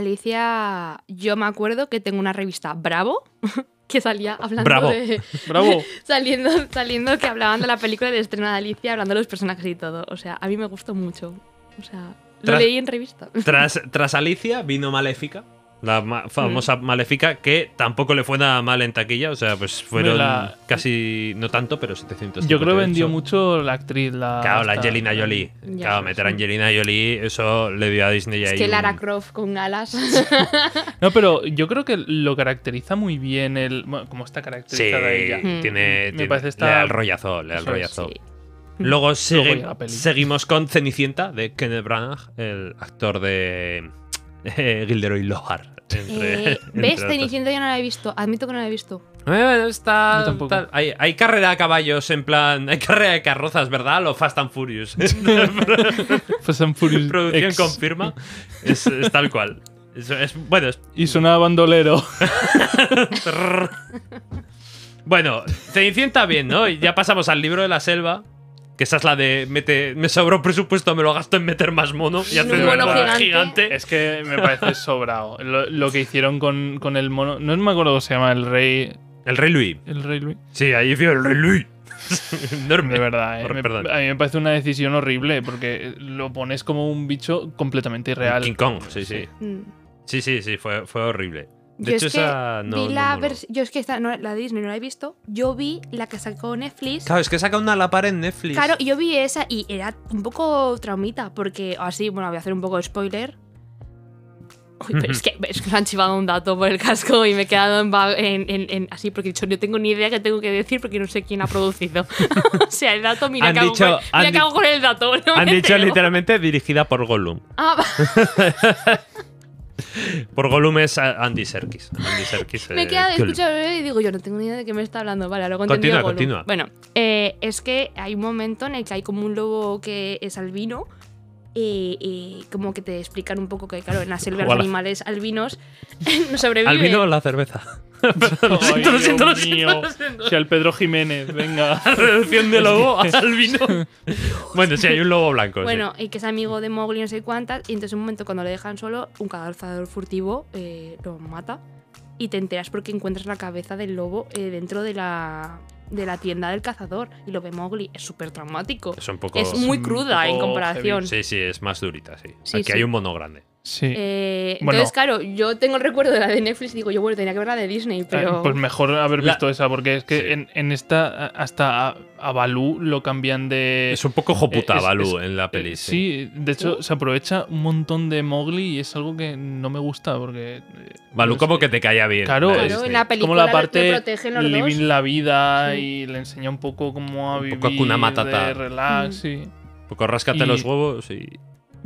[SPEAKER 4] Alicia, yo me acuerdo que tengo una revista Bravo *laughs* que salía hablando
[SPEAKER 3] Bravo.
[SPEAKER 4] de. *laughs*
[SPEAKER 3] *laughs*
[SPEAKER 2] Bravo.
[SPEAKER 4] saliendo, saliendo que hablaban de la película de estreno de Alicia, hablando de los personajes y todo. O sea, a mí me gustó mucho. O sea, lo
[SPEAKER 3] Tras-
[SPEAKER 4] leí en revista.
[SPEAKER 3] Tras, tras Alicia vino Maléfica. La ma- famosa
[SPEAKER 4] Mm.
[SPEAKER 3] Maléfica, que tampoco le fue nada mal en taquilla. O sea, pues fueron
[SPEAKER 2] la-
[SPEAKER 3] casi, no tanto, pero 700.
[SPEAKER 2] Yo creo que vendió mucho la actriz. La,
[SPEAKER 3] Claro, la
[SPEAKER 2] esta-
[SPEAKER 3] Angelina Jolie.
[SPEAKER 4] Ya.
[SPEAKER 3] Claro, meter a Angelina Jolie, eso le dio a Disney
[SPEAKER 4] Es
[SPEAKER 3] ahí
[SPEAKER 4] que
[SPEAKER 3] un-
[SPEAKER 4] Lara Croft con alas. *laughs*
[SPEAKER 2] No, pero yo creo que lo caracteriza muy bien el. Bueno, como está
[SPEAKER 3] Sí,
[SPEAKER 2] caracterizada ella. *laughs*
[SPEAKER 3] tiene,
[SPEAKER 4] Mm.
[SPEAKER 3] tiene-
[SPEAKER 2] Me parece está-
[SPEAKER 3] le da el rollazo, le da el
[SPEAKER 2] Eso es.
[SPEAKER 3] rollazo.
[SPEAKER 4] Sí.
[SPEAKER 3] Luego, segui-
[SPEAKER 2] llega la peli.
[SPEAKER 3] seguimos con Cenicienta de Kenneth Branagh, el actor de eh, Gilderoy Lohan. entre-
[SPEAKER 4] Eh,
[SPEAKER 3] *laughs*
[SPEAKER 4] ¿Ves?
[SPEAKER 3] entre otros.
[SPEAKER 4] Cenicienta yo no la he visto. Admito que no la he visto.
[SPEAKER 3] Eh, está-
[SPEAKER 2] Yo tampoco.
[SPEAKER 3] está- hay, hay carrera de caballos, en plan. Hay carrera de carrozas, ¿verdad? Lo Fast and Furious. *laughs* Producción
[SPEAKER 2] Fast and Furious X.
[SPEAKER 3] confirma. Es, es tal cual. Es- es- bueno, es-
[SPEAKER 2] Y sonaba
[SPEAKER 3] *laughs*
[SPEAKER 2] bandolero.
[SPEAKER 3] bueno, Cenicienta bien, ¿no? Y ya pasamos al libro de la selva. Que esa es la de. mete- me sobró presupuesto, me lo gasto en meter más mono y hacer
[SPEAKER 4] Un
[SPEAKER 3] una
[SPEAKER 4] mono
[SPEAKER 3] cosa
[SPEAKER 4] gigante.
[SPEAKER 3] gigante.
[SPEAKER 2] Es que me parece sobrado. Lo, lo que hicieron con, con el mono. No me acuerdo cómo se llama el rey.
[SPEAKER 3] El Rey Luis.
[SPEAKER 2] El rey Luis.
[SPEAKER 3] *laughs* Sí, ahí vio el Rey Luis. Enorme.
[SPEAKER 2] De verdad, eh,
[SPEAKER 3] Por-
[SPEAKER 2] me-
[SPEAKER 3] perdón.
[SPEAKER 2] a mí me parece una decisión horrible porque lo pones como un bicho completamente
[SPEAKER 3] King
[SPEAKER 2] irreal.
[SPEAKER 3] Kong, sí, sí.
[SPEAKER 4] Mm.
[SPEAKER 3] Sí, sí, sí, fue, fue horrible. De
[SPEAKER 4] Yo
[SPEAKER 3] hecho,
[SPEAKER 4] es que
[SPEAKER 3] esa no.
[SPEAKER 4] vi
[SPEAKER 3] no
[SPEAKER 4] la
[SPEAKER 3] moló.
[SPEAKER 4] vers- Yo es que esta, no, la de Disney no la he visto. Yo vi la que sacó Netflix.
[SPEAKER 3] Claro, es que saca una a la par en Netflix.
[SPEAKER 4] Claro, y yo vi esa y era un poco traumita, porque así, bueno, voy a hacer un poco de spoiler. Uy, pero es que, es que me han chivado un dato por el casco y me he quedado en, va- en- en- en- así, porque he dicho, no tengo ni idea qué tengo que decir porque no sé quién ha producido. *laughs* o sea, el dato, mira,
[SPEAKER 3] Han
[SPEAKER 4] que hago
[SPEAKER 3] dicho-
[SPEAKER 4] con, mira
[SPEAKER 3] han
[SPEAKER 4] qué hago
[SPEAKER 3] di-
[SPEAKER 4] con el dato. *laughs* no
[SPEAKER 3] Han
[SPEAKER 4] me
[SPEAKER 3] dicho
[SPEAKER 4] entero.
[SPEAKER 3] literalmente dirigida por Gollum.
[SPEAKER 4] Ah, va.
[SPEAKER 3] Por Gollum es a- Andy Serkis. Andy Serkis.
[SPEAKER 4] Me he
[SPEAKER 3] eh,
[SPEAKER 4] quedado
[SPEAKER 3] Gollum.
[SPEAKER 4] escuchando y digo, yo no tengo ni idea de qué me está hablando. Vale, luego
[SPEAKER 3] Continúa,
[SPEAKER 4] entendí el
[SPEAKER 3] continúa.
[SPEAKER 4] Gollum. Bueno, eh, es que hay un momento en el que hay como un lobo que es albino. Y, y como que te explican un poco que, claro, en la selva los
[SPEAKER 3] Ojalá.
[SPEAKER 4] animales albinos *laughs* no sobreviven.
[SPEAKER 3] Al
[SPEAKER 4] *laughs*
[SPEAKER 3] vino o la cerveza. Perdón, lo
[SPEAKER 2] Ay,
[SPEAKER 3] siento, lo
[SPEAKER 2] Dios
[SPEAKER 3] siento, lo siento,
[SPEAKER 2] mío.
[SPEAKER 3] lo siento.
[SPEAKER 2] Si al Pedro Jiménez, venga. *laughs*
[SPEAKER 3] Reducción de lobo *laughs* al vino. Bueno, sí, hay un lobo blanco. pues sí.
[SPEAKER 4] Bueno, y que es amigo de Mowgli, no sé cuántas. Y entonces, en un momento, cuando lo dejan solo, un cazador furtivo eh, lo mata. Y te enteras porque encuentras la cabeza del lobo eh, dentro de la, de la tienda del cazador. Y lo ve Mowgli. Es súper traumático.
[SPEAKER 3] Es un poco.
[SPEAKER 4] Es muy
[SPEAKER 2] un
[SPEAKER 4] cruda en
[SPEAKER 2] mm, poco
[SPEAKER 4] comparación.
[SPEAKER 3] Sí, sí, es más durita, sí.
[SPEAKER 4] Sí,
[SPEAKER 3] Aquí
[SPEAKER 4] sí.
[SPEAKER 3] hay un mono grande.
[SPEAKER 2] Sí.
[SPEAKER 4] Eh,
[SPEAKER 2] Bueno.
[SPEAKER 4] Entonces, claro, yo tengo el recuerdo de la de Netflix y digo, yo, bueno, tenía que ver la de Disney,
[SPEAKER 2] Eh,
[SPEAKER 4] pero.
[SPEAKER 2] Pues mejor haber
[SPEAKER 3] La-
[SPEAKER 2] visto esa, porque es que
[SPEAKER 3] Sí.
[SPEAKER 2] en, en esta, a- hasta a, a Balú lo cambian de.
[SPEAKER 3] Es un poco joputa,
[SPEAKER 2] eh, es-
[SPEAKER 3] Balú,
[SPEAKER 2] es-
[SPEAKER 3] en la peli.
[SPEAKER 2] Eh, sí, de
[SPEAKER 4] Uh.
[SPEAKER 2] hecho se aprovecha un montón de Mowgli y es algo que no me gusta porque. eh,
[SPEAKER 3] Balú,
[SPEAKER 2] no
[SPEAKER 3] como
[SPEAKER 2] sé,
[SPEAKER 3] que te caía bien.
[SPEAKER 2] Claro.
[SPEAKER 3] la
[SPEAKER 4] claro,
[SPEAKER 3] Disney.
[SPEAKER 4] en la
[SPEAKER 2] Como
[SPEAKER 4] película
[SPEAKER 2] la
[SPEAKER 4] le- le
[SPEAKER 2] parte
[SPEAKER 4] protegen los dos.
[SPEAKER 2] living la vida
[SPEAKER 4] Sí.
[SPEAKER 2] y le enseña un poco cómo a
[SPEAKER 3] Un
[SPEAKER 2] vivir.
[SPEAKER 3] poco Hakuna Matata.
[SPEAKER 2] de relax,
[SPEAKER 4] Mm.
[SPEAKER 2] sí.
[SPEAKER 3] Un poco ráscate
[SPEAKER 2] Y-
[SPEAKER 3] los huevos y.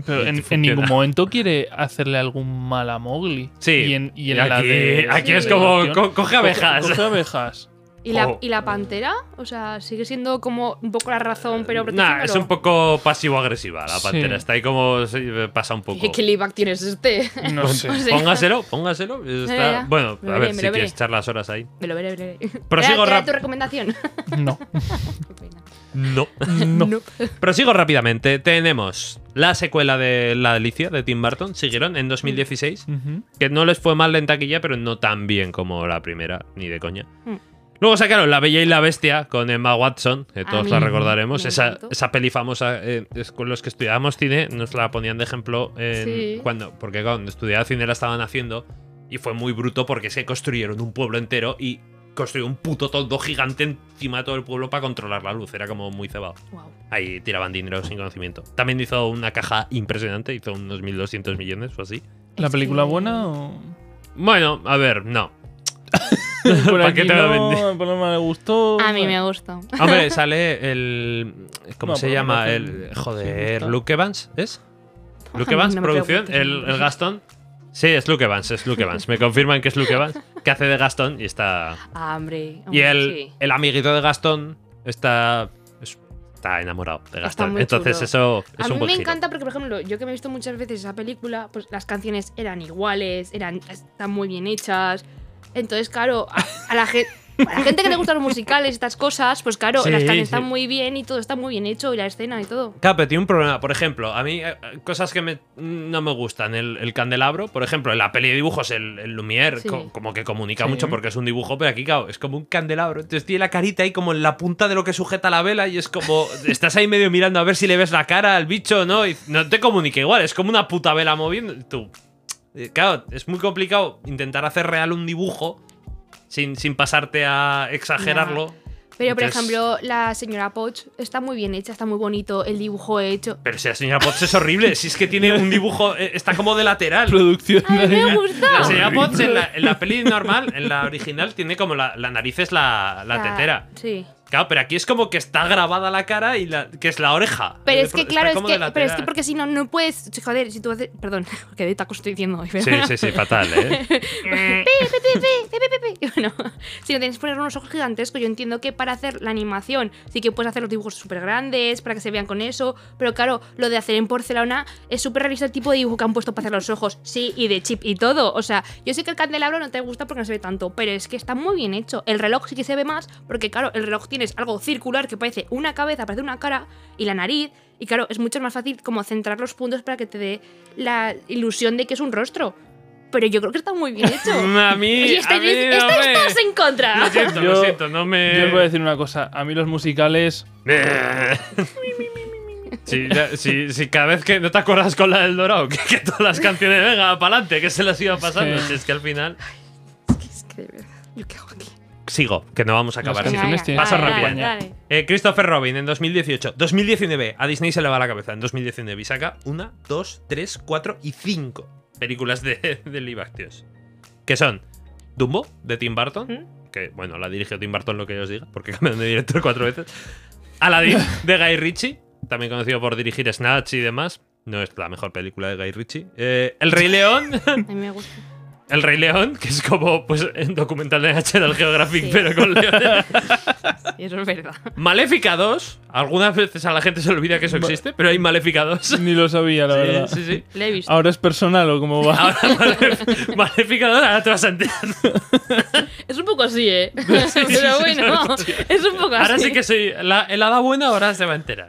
[SPEAKER 2] Pero
[SPEAKER 3] Y
[SPEAKER 2] en, en
[SPEAKER 3] funciona.
[SPEAKER 2] ningún momento quiere hacerle algún mal a Mowgli.
[SPEAKER 3] Sí.
[SPEAKER 2] Y en, y en
[SPEAKER 3] aquí
[SPEAKER 2] la de.
[SPEAKER 3] aquí es
[SPEAKER 4] Sí.
[SPEAKER 3] como.
[SPEAKER 2] Coge-
[SPEAKER 3] co- coge abejas.
[SPEAKER 2] Coge abejas.
[SPEAKER 4] ¿Y, la,
[SPEAKER 3] Oh.
[SPEAKER 4] ¿Y la pantera? O sea, sigue siendo como un poco la razón, *laughs* pero
[SPEAKER 3] Nah, es
[SPEAKER 4] protegiéndolo?
[SPEAKER 3] un poco pasivo-agresiva la
[SPEAKER 2] Sí.
[SPEAKER 3] pantera. Está ahí como. sí, Pasa un
[SPEAKER 4] ¿Qué, *laughs*
[SPEAKER 3] poco.
[SPEAKER 4] qué layback tienes este?
[SPEAKER 3] *laughs*
[SPEAKER 2] No sé.
[SPEAKER 4] *laughs* O sea,
[SPEAKER 3] Póngaselo, póngaselo. Está-
[SPEAKER 4] Ya, ya.
[SPEAKER 3] Bueno,
[SPEAKER 4] Me lo
[SPEAKER 3] a
[SPEAKER 4] veré,
[SPEAKER 3] ver
[SPEAKER 4] me
[SPEAKER 3] si
[SPEAKER 4] lo
[SPEAKER 3] quieres
[SPEAKER 4] veré.
[SPEAKER 3] echar las horas ahí.
[SPEAKER 4] me lo veré, me
[SPEAKER 2] *laughs*
[SPEAKER 4] lo veré.
[SPEAKER 3] Prosigo
[SPEAKER 4] ¿Era- era
[SPEAKER 3] rap-
[SPEAKER 4] tu recomendación? *laughs*
[SPEAKER 2] No.
[SPEAKER 4] Qué pena.
[SPEAKER 3] No.
[SPEAKER 2] No.
[SPEAKER 3] Prosigo rápidamente. Tenemos la secuela de La Delicia de Tim Burton. Siguieron en
[SPEAKER 4] Mm.
[SPEAKER 3] 2016.
[SPEAKER 2] Ujú.
[SPEAKER 3] Que no les fue mal en taquilla, pero no tan bien como la primera, ni de coña.
[SPEAKER 4] Mm.
[SPEAKER 3] Luego sacaron La Bella y la Bestia con Emma Watson, que
[SPEAKER 4] A
[SPEAKER 3] todos
[SPEAKER 4] mí
[SPEAKER 3] la
[SPEAKER 4] me
[SPEAKER 3] recordaremos. Esa,
[SPEAKER 4] encantó.
[SPEAKER 3] esa peli famosa eh, es con los que estudiábamos cine, nos la ponían de ejemplo en-
[SPEAKER 4] Sí.
[SPEAKER 3] cuando, porque cuando estudiaba cine la estaban haciendo y fue muy bruto porque se construyeron un pueblo entero y construyó un puto toldo gigante encima de todo el pueblo para controlar la luz. Era como muy cebado.
[SPEAKER 4] Guau.
[SPEAKER 3] Ahí tiraban dinero sin conocimiento. También hizo una caja impresionante, hizo unos 1.200 millones o así.
[SPEAKER 2] ¿La
[SPEAKER 4] Es
[SPEAKER 2] película
[SPEAKER 4] que-
[SPEAKER 2] buena
[SPEAKER 3] *laughs*
[SPEAKER 2] o.?
[SPEAKER 3] Bueno, a ver, no.
[SPEAKER 2] Por
[SPEAKER 3] ¿Para
[SPEAKER 2] aquí
[SPEAKER 3] qué te la
[SPEAKER 2] no,
[SPEAKER 3] vendí?
[SPEAKER 2] el problema le gustó.
[SPEAKER 4] A mí me gustó.
[SPEAKER 3] Hombre, sale el. ¿Cómo
[SPEAKER 2] No,
[SPEAKER 3] se
[SPEAKER 2] pero
[SPEAKER 3] llama?
[SPEAKER 2] no te-
[SPEAKER 3] El.
[SPEAKER 2] sí,
[SPEAKER 3] Joder,
[SPEAKER 2] gusta.
[SPEAKER 3] Luke Evans, ¿es? Luke
[SPEAKER 4] A mí
[SPEAKER 3] Evans,
[SPEAKER 4] no me
[SPEAKER 3] producción.
[SPEAKER 4] preguntes
[SPEAKER 3] El, el
[SPEAKER 4] nombres.
[SPEAKER 3] Gastón. Sí, es Luke Evans, es Luke Evans. Me confirman que es Luke Evans, que hace de Gastón y está.
[SPEAKER 4] Ah, hombre.
[SPEAKER 3] Y
[SPEAKER 4] hombre,
[SPEAKER 3] el,
[SPEAKER 4] sí.
[SPEAKER 3] el amiguito de Gastón está. es- Está enamorado de Gastón.
[SPEAKER 4] muy
[SPEAKER 3] Entonces,
[SPEAKER 4] chulo.
[SPEAKER 3] eso es
[SPEAKER 4] a
[SPEAKER 3] un
[SPEAKER 4] mí
[SPEAKER 3] buen
[SPEAKER 4] me
[SPEAKER 3] giro.
[SPEAKER 4] encanta porque, por ejemplo, yo que me he visto muchas veces esa película, pues las canciones eran iguales, eran, están muy bien hechas. Entonces, claro, a, a la gente. A la gente que le gustan los musicales y estas cosas, pues claro,
[SPEAKER 3] Sí,
[SPEAKER 4] las canciones
[SPEAKER 3] sí.
[SPEAKER 4] están muy bien y todo está muy bien hecho y la escena y todo.
[SPEAKER 3] Claro, pero tiene un problema. Por ejemplo, a mí eh, cosas que me- no me gustan. El, el candelabro, por ejemplo, en la peli de dibujos, el, el Lumière,
[SPEAKER 4] Sí.
[SPEAKER 3] co- como que comunica
[SPEAKER 2] Sí.
[SPEAKER 3] mucho porque es un dibujo, pero aquí, claro, es como un candelabro. Entonces tiene la carita ahí como en la punta de lo que sujeta la vela y es como. estás ahí medio mirando a ver si le ves la cara al bicho, ¿no? Y no te comunica igual, es como una puta vela moviendo. Tú. eh, Claro, es muy complicado intentar hacer real un dibujo sin, sin pasarte a exagerarlo.
[SPEAKER 4] Pero, por
[SPEAKER 3] Entonces-
[SPEAKER 4] ejemplo, la señora Poch está muy bien hecha, está muy bonito, el
[SPEAKER 3] *laughs*
[SPEAKER 4] dibujo hecho.
[SPEAKER 3] Pero si la señora Potts es horrible, si es que tiene un dibujo, eh, está como de lateral.
[SPEAKER 2] Producción.
[SPEAKER 4] ¡A mí me gustó!
[SPEAKER 3] *laughs* La señora Potts en la, en la peli normal, en la original, tiene como la, la nariz es la, la
[SPEAKER 4] La-
[SPEAKER 3] tetera.
[SPEAKER 4] Sí.
[SPEAKER 3] Claro, pero aquí es como que está grabada la cara y la, que es la oreja.
[SPEAKER 4] Pero
[SPEAKER 3] Eh,
[SPEAKER 4] es que,
[SPEAKER 3] está
[SPEAKER 4] claro, es
[SPEAKER 3] como
[SPEAKER 4] que,
[SPEAKER 3] de lateral.
[SPEAKER 4] pero es que porque si no, no puedes. Joder, si tú haces. Perdón, *laughs* que de tacos estoy diciendo *laughs* hoy, pero-
[SPEAKER 3] Sí, sí, sí, fatal, ¿eh?
[SPEAKER 4] *laughs* Y bueno, si no tienes que poner unos ojos gigantescos, yo entiendo que para hacer la animación sí que puedes hacer los dibujos súper grandes para que se vean con eso, pero claro, lo de hacer en porcelana es súper realista el tipo de dibujo que han puesto para hacer los ojos, sí, y de chip y todo. O sea, yo sé que el candelabro no te gusta porque no se ve tanto, pero es que está muy bien hecho. El reloj sí que se ve más, porque claro, el reloj tienes algo circular que parece una cabeza, parece una cara y la nariz. Y claro, es mucho más fácil como centrar los puntos para que te dé la ilusión de que es un rostro. pero yo creo que está muy bien hecho.
[SPEAKER 3] *laughs* Mm, A mí.
[SPEAKER 4] y este
[SPEAKER 3] a
[SPEAKER 4] estáis,
[SPEAKER 3] mí no
[SPEAKER 4] estáis
[SPEAKER 3] me-
[SPEAKER 4] todos en contra.
[SPEAKER 3] Lo
[SPEAKER 4] *laughs*
[SPEAKER 3] siento, lo
[SPEAKER 2] Yo-
[SPEAKER 3] siento, no me.
[SPEAKER 2] Yo os voy a decir una cosa. A mí los musicales.
[SPEAKER 3] *laughs* Si, si, si cada vez que no te acuerdas con la del Dorado, que, que todas las canciones, venga, pa'lante, que se las iba pasando.
[SPEAKER 2] que-
[SPEAKER 3] Si es que al final.
[SPEAKER 4] Es que de verdad, ¿yo qué hago aquí?
[SPEAKER 3] Sigo, que no vamos a acabar
[SPEAKER 2] Las
[SPEAKER 3] así.
[SPEAKER 2] canciones
[SPEAKER 4] Venga,
[SPEAKER 2] tienen-
[SPEAKER 4] dale,
[SPEAKER 3] Pasa
[SPEAKER 4] dale,
[SPEAKER 3] rápido.
[SPEAKER 4] dale.
[SPEAKER 3] Eh, Christopher Robin en 2018. 2019. A Disney se le va la cabeza en 2019 y saca una, dos, tres, cuatro y cinco películas de, de live actions. Que son Dumbo, de Tim Burton. Que, bueno, la dirigió Tim Burton, lo que yo os diga, porque cambiaron de director cuatro veces. Aladdin, de Guy Ritchie. También conocido por dirigir Snatch y demás. No es la mejor película de Guy Ritchie. Eh, El Rey León. *laughs*
[SPEAKER 4] A mí me gusta.
[SPEAKER 3] El Rey León, que es como pues, un documental de National Geographic,
[SPEAKER 4] Sí.
[SPEAKER 3] pero con leones.
[SPEAKER 4] Sí, Eso es verdad.
[SPEAKER 3] Maléfica 2. Algunas veces a la gente se le olvida que eso existe, pero hay Maléfica 2. Sí,
[SPEAKER 2] *laughs* Ni lo sabía, la verdad.
[SPEAKER 3] sí, sí.
[SPEAKER 4] Le he visto.
[SPEAKER 2] Ahora es personal o cómo va. *laughs*
[SPEAKER 3] Ahora *laughs* Malef- Maléfica 2, ahora te vas a enterar.
[SPEAKER 4] Es un poco así, ¿eh?
[SPEAKER 3] *laughs*
[SPEAKER 4] *laughs* Pero bueno, es un poco así.
[SPEAKER 3] Ahora sí que soy la, el hada buena, ahora se va a *laughs* enterar.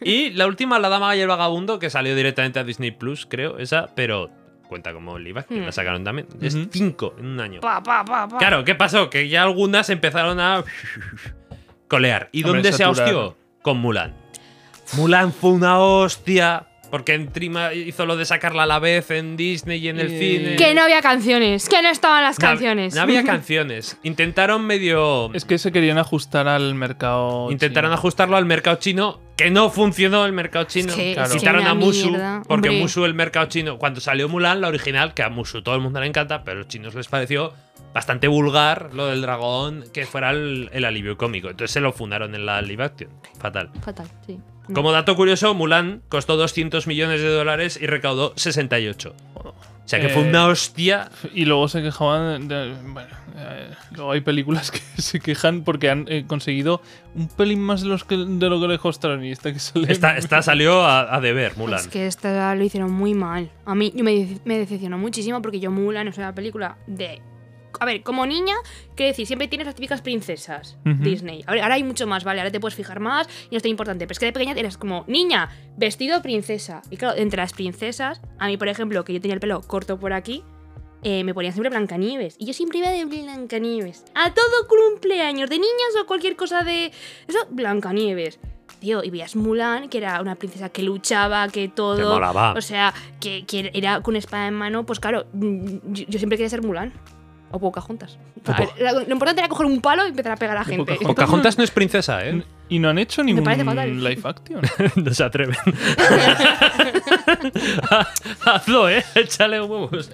[SPEAKER 3] Y la última, La Dama y el Vagabundo, que salió directamente a Disney Plus, creo, esa, pero cuenta como live action,
[SPEAKER 4] Hmm.
[SPEAKER 3] la sacaron también. Es
[SPEAKER 2] Ujú.
[SPEAKER 3] 5 en un año.
[SPEAKER 4] Pa, pa, pa, pa.
[SPEAKER 3] Claro, ¿qué pasó? Que ya algunas empezaron a colear. ¿Y
[SPEAKER 2] Hombre,
[SPEAKER 3] dónde se
[SPEAKER 2] saturar.
[SPEAKER 3] hostió? Con Mulan. Mulan fue una hostia. Porque en Trima hizo lo de sacarla a la vez en Disney y en el
[SPEAKER 2] Eh,
[SPEAKER 3] cine.
[SPEAKER 4] Que no había canciones, que no estaban las
[SPEAKER 3] No hab-
[SPEAKER 4] canciones.
[SPEAKER 3] No, había canciones. Intentaron medio.
[SPEAKER 2] Es que se querían ajustar al mercado.
[SPEAKER 3] intentaron
[SPEAKER 2] chino.
[SPEAKER 3] ajustarlo al mercado chino. Que no funcionó el mercado chino.
[SPEAKER 4] que- es
[SPEAKER 2] Claro.
[SPEAKER 4] que
[SPEAKER 3] Quitaron
[SPEAKER 4] una
[SPEAKER 3] a Musu.
[SPEAKER 4] mierda,
[SPEAKER 3] porque
[SPEAKER 4] hombre.
[SPEAKER 3] Musu, el mercado chino. Cuando salió Mulan, la original, que a Musu todo el mundo le encanta, pero a los chinos les pareció bastante vulgar lo del dragón, que fuera el, el alivio cómico. Entonces se lo fundaron en la live action. Fatal.
[SPEAKER 4] Fatal, sí.
[SPEAKER 3] Como dato curioso, Mulan costó 200 millones de dólares y recaudó 68. O sea que fue
[SPEAKER 2] Eh,
[SPEAKER 3] una hostia.
[SPEAKER 2] Y luego se quejaban. de- bueno, eh, luego hay películas *laughs* que se quejan porque han eh, conseguido un pelín más de, los que, de lo que le costaron. Y esta que sale.
[SPEAKER 3] Esta, esta salió a, a deber, Mulan.
[SPEAKER 4] Es que esta lo hicieron muy mal. A mí yo me, dece- me decepcionó muchísimo porque yo Mulan es una película de... A ver, como niña, quiero decir, siempre tienes las típicas princesas
[SPEAKER 2] Ujú.
[SPEAKER 4] Disney. Ahora, ahora hay mucho más, ¿vale? Ahora te puedes fijar más y no es tan importante. Pero es que de pequeña eras como niña, vestido de princesa. Y claro, entre las princesas, a mí, por ejemplo, que yo tenía el pelo corto por aquí, eh, me ponían siempre Blancanieves. Y yo siempre iba de Blancanieves. A todo cumpleaños, de niñas o cualquier cosa de. Eso, Blancanieves. Tío, y veías Mulan, que era una princesa que luchaba, que
[SPEAKER 3] Te
[SPEAKER 4] todo.
[SPEAKER 3] molaba.
[SPEAKER 4] O sea, que, que era con espada en mano. Pues claro, mm, yo, yo siempre quería ser Mulan. O Pocahontas.
[SPEAKER 3] O Poca-
[SPEAKER 4] Lo, lo importante era coger un palo y empezar a pegar a la gente.
[SPEAKER 2] Pocahontas.
[SPEAKER 3] Pocahontas no es princesa, ¿eh?
[SPEAKER 2] Y no han hecho ningún
[SPEAKER 4] parece fatal.
[SPEAKER 2] live
[SPEAKER 3] *laughs*
[SPEAKER 2] action.
[SPEAKER 3] No se atreven. Hazlo, ¿eh? *laughs* Échale huevos.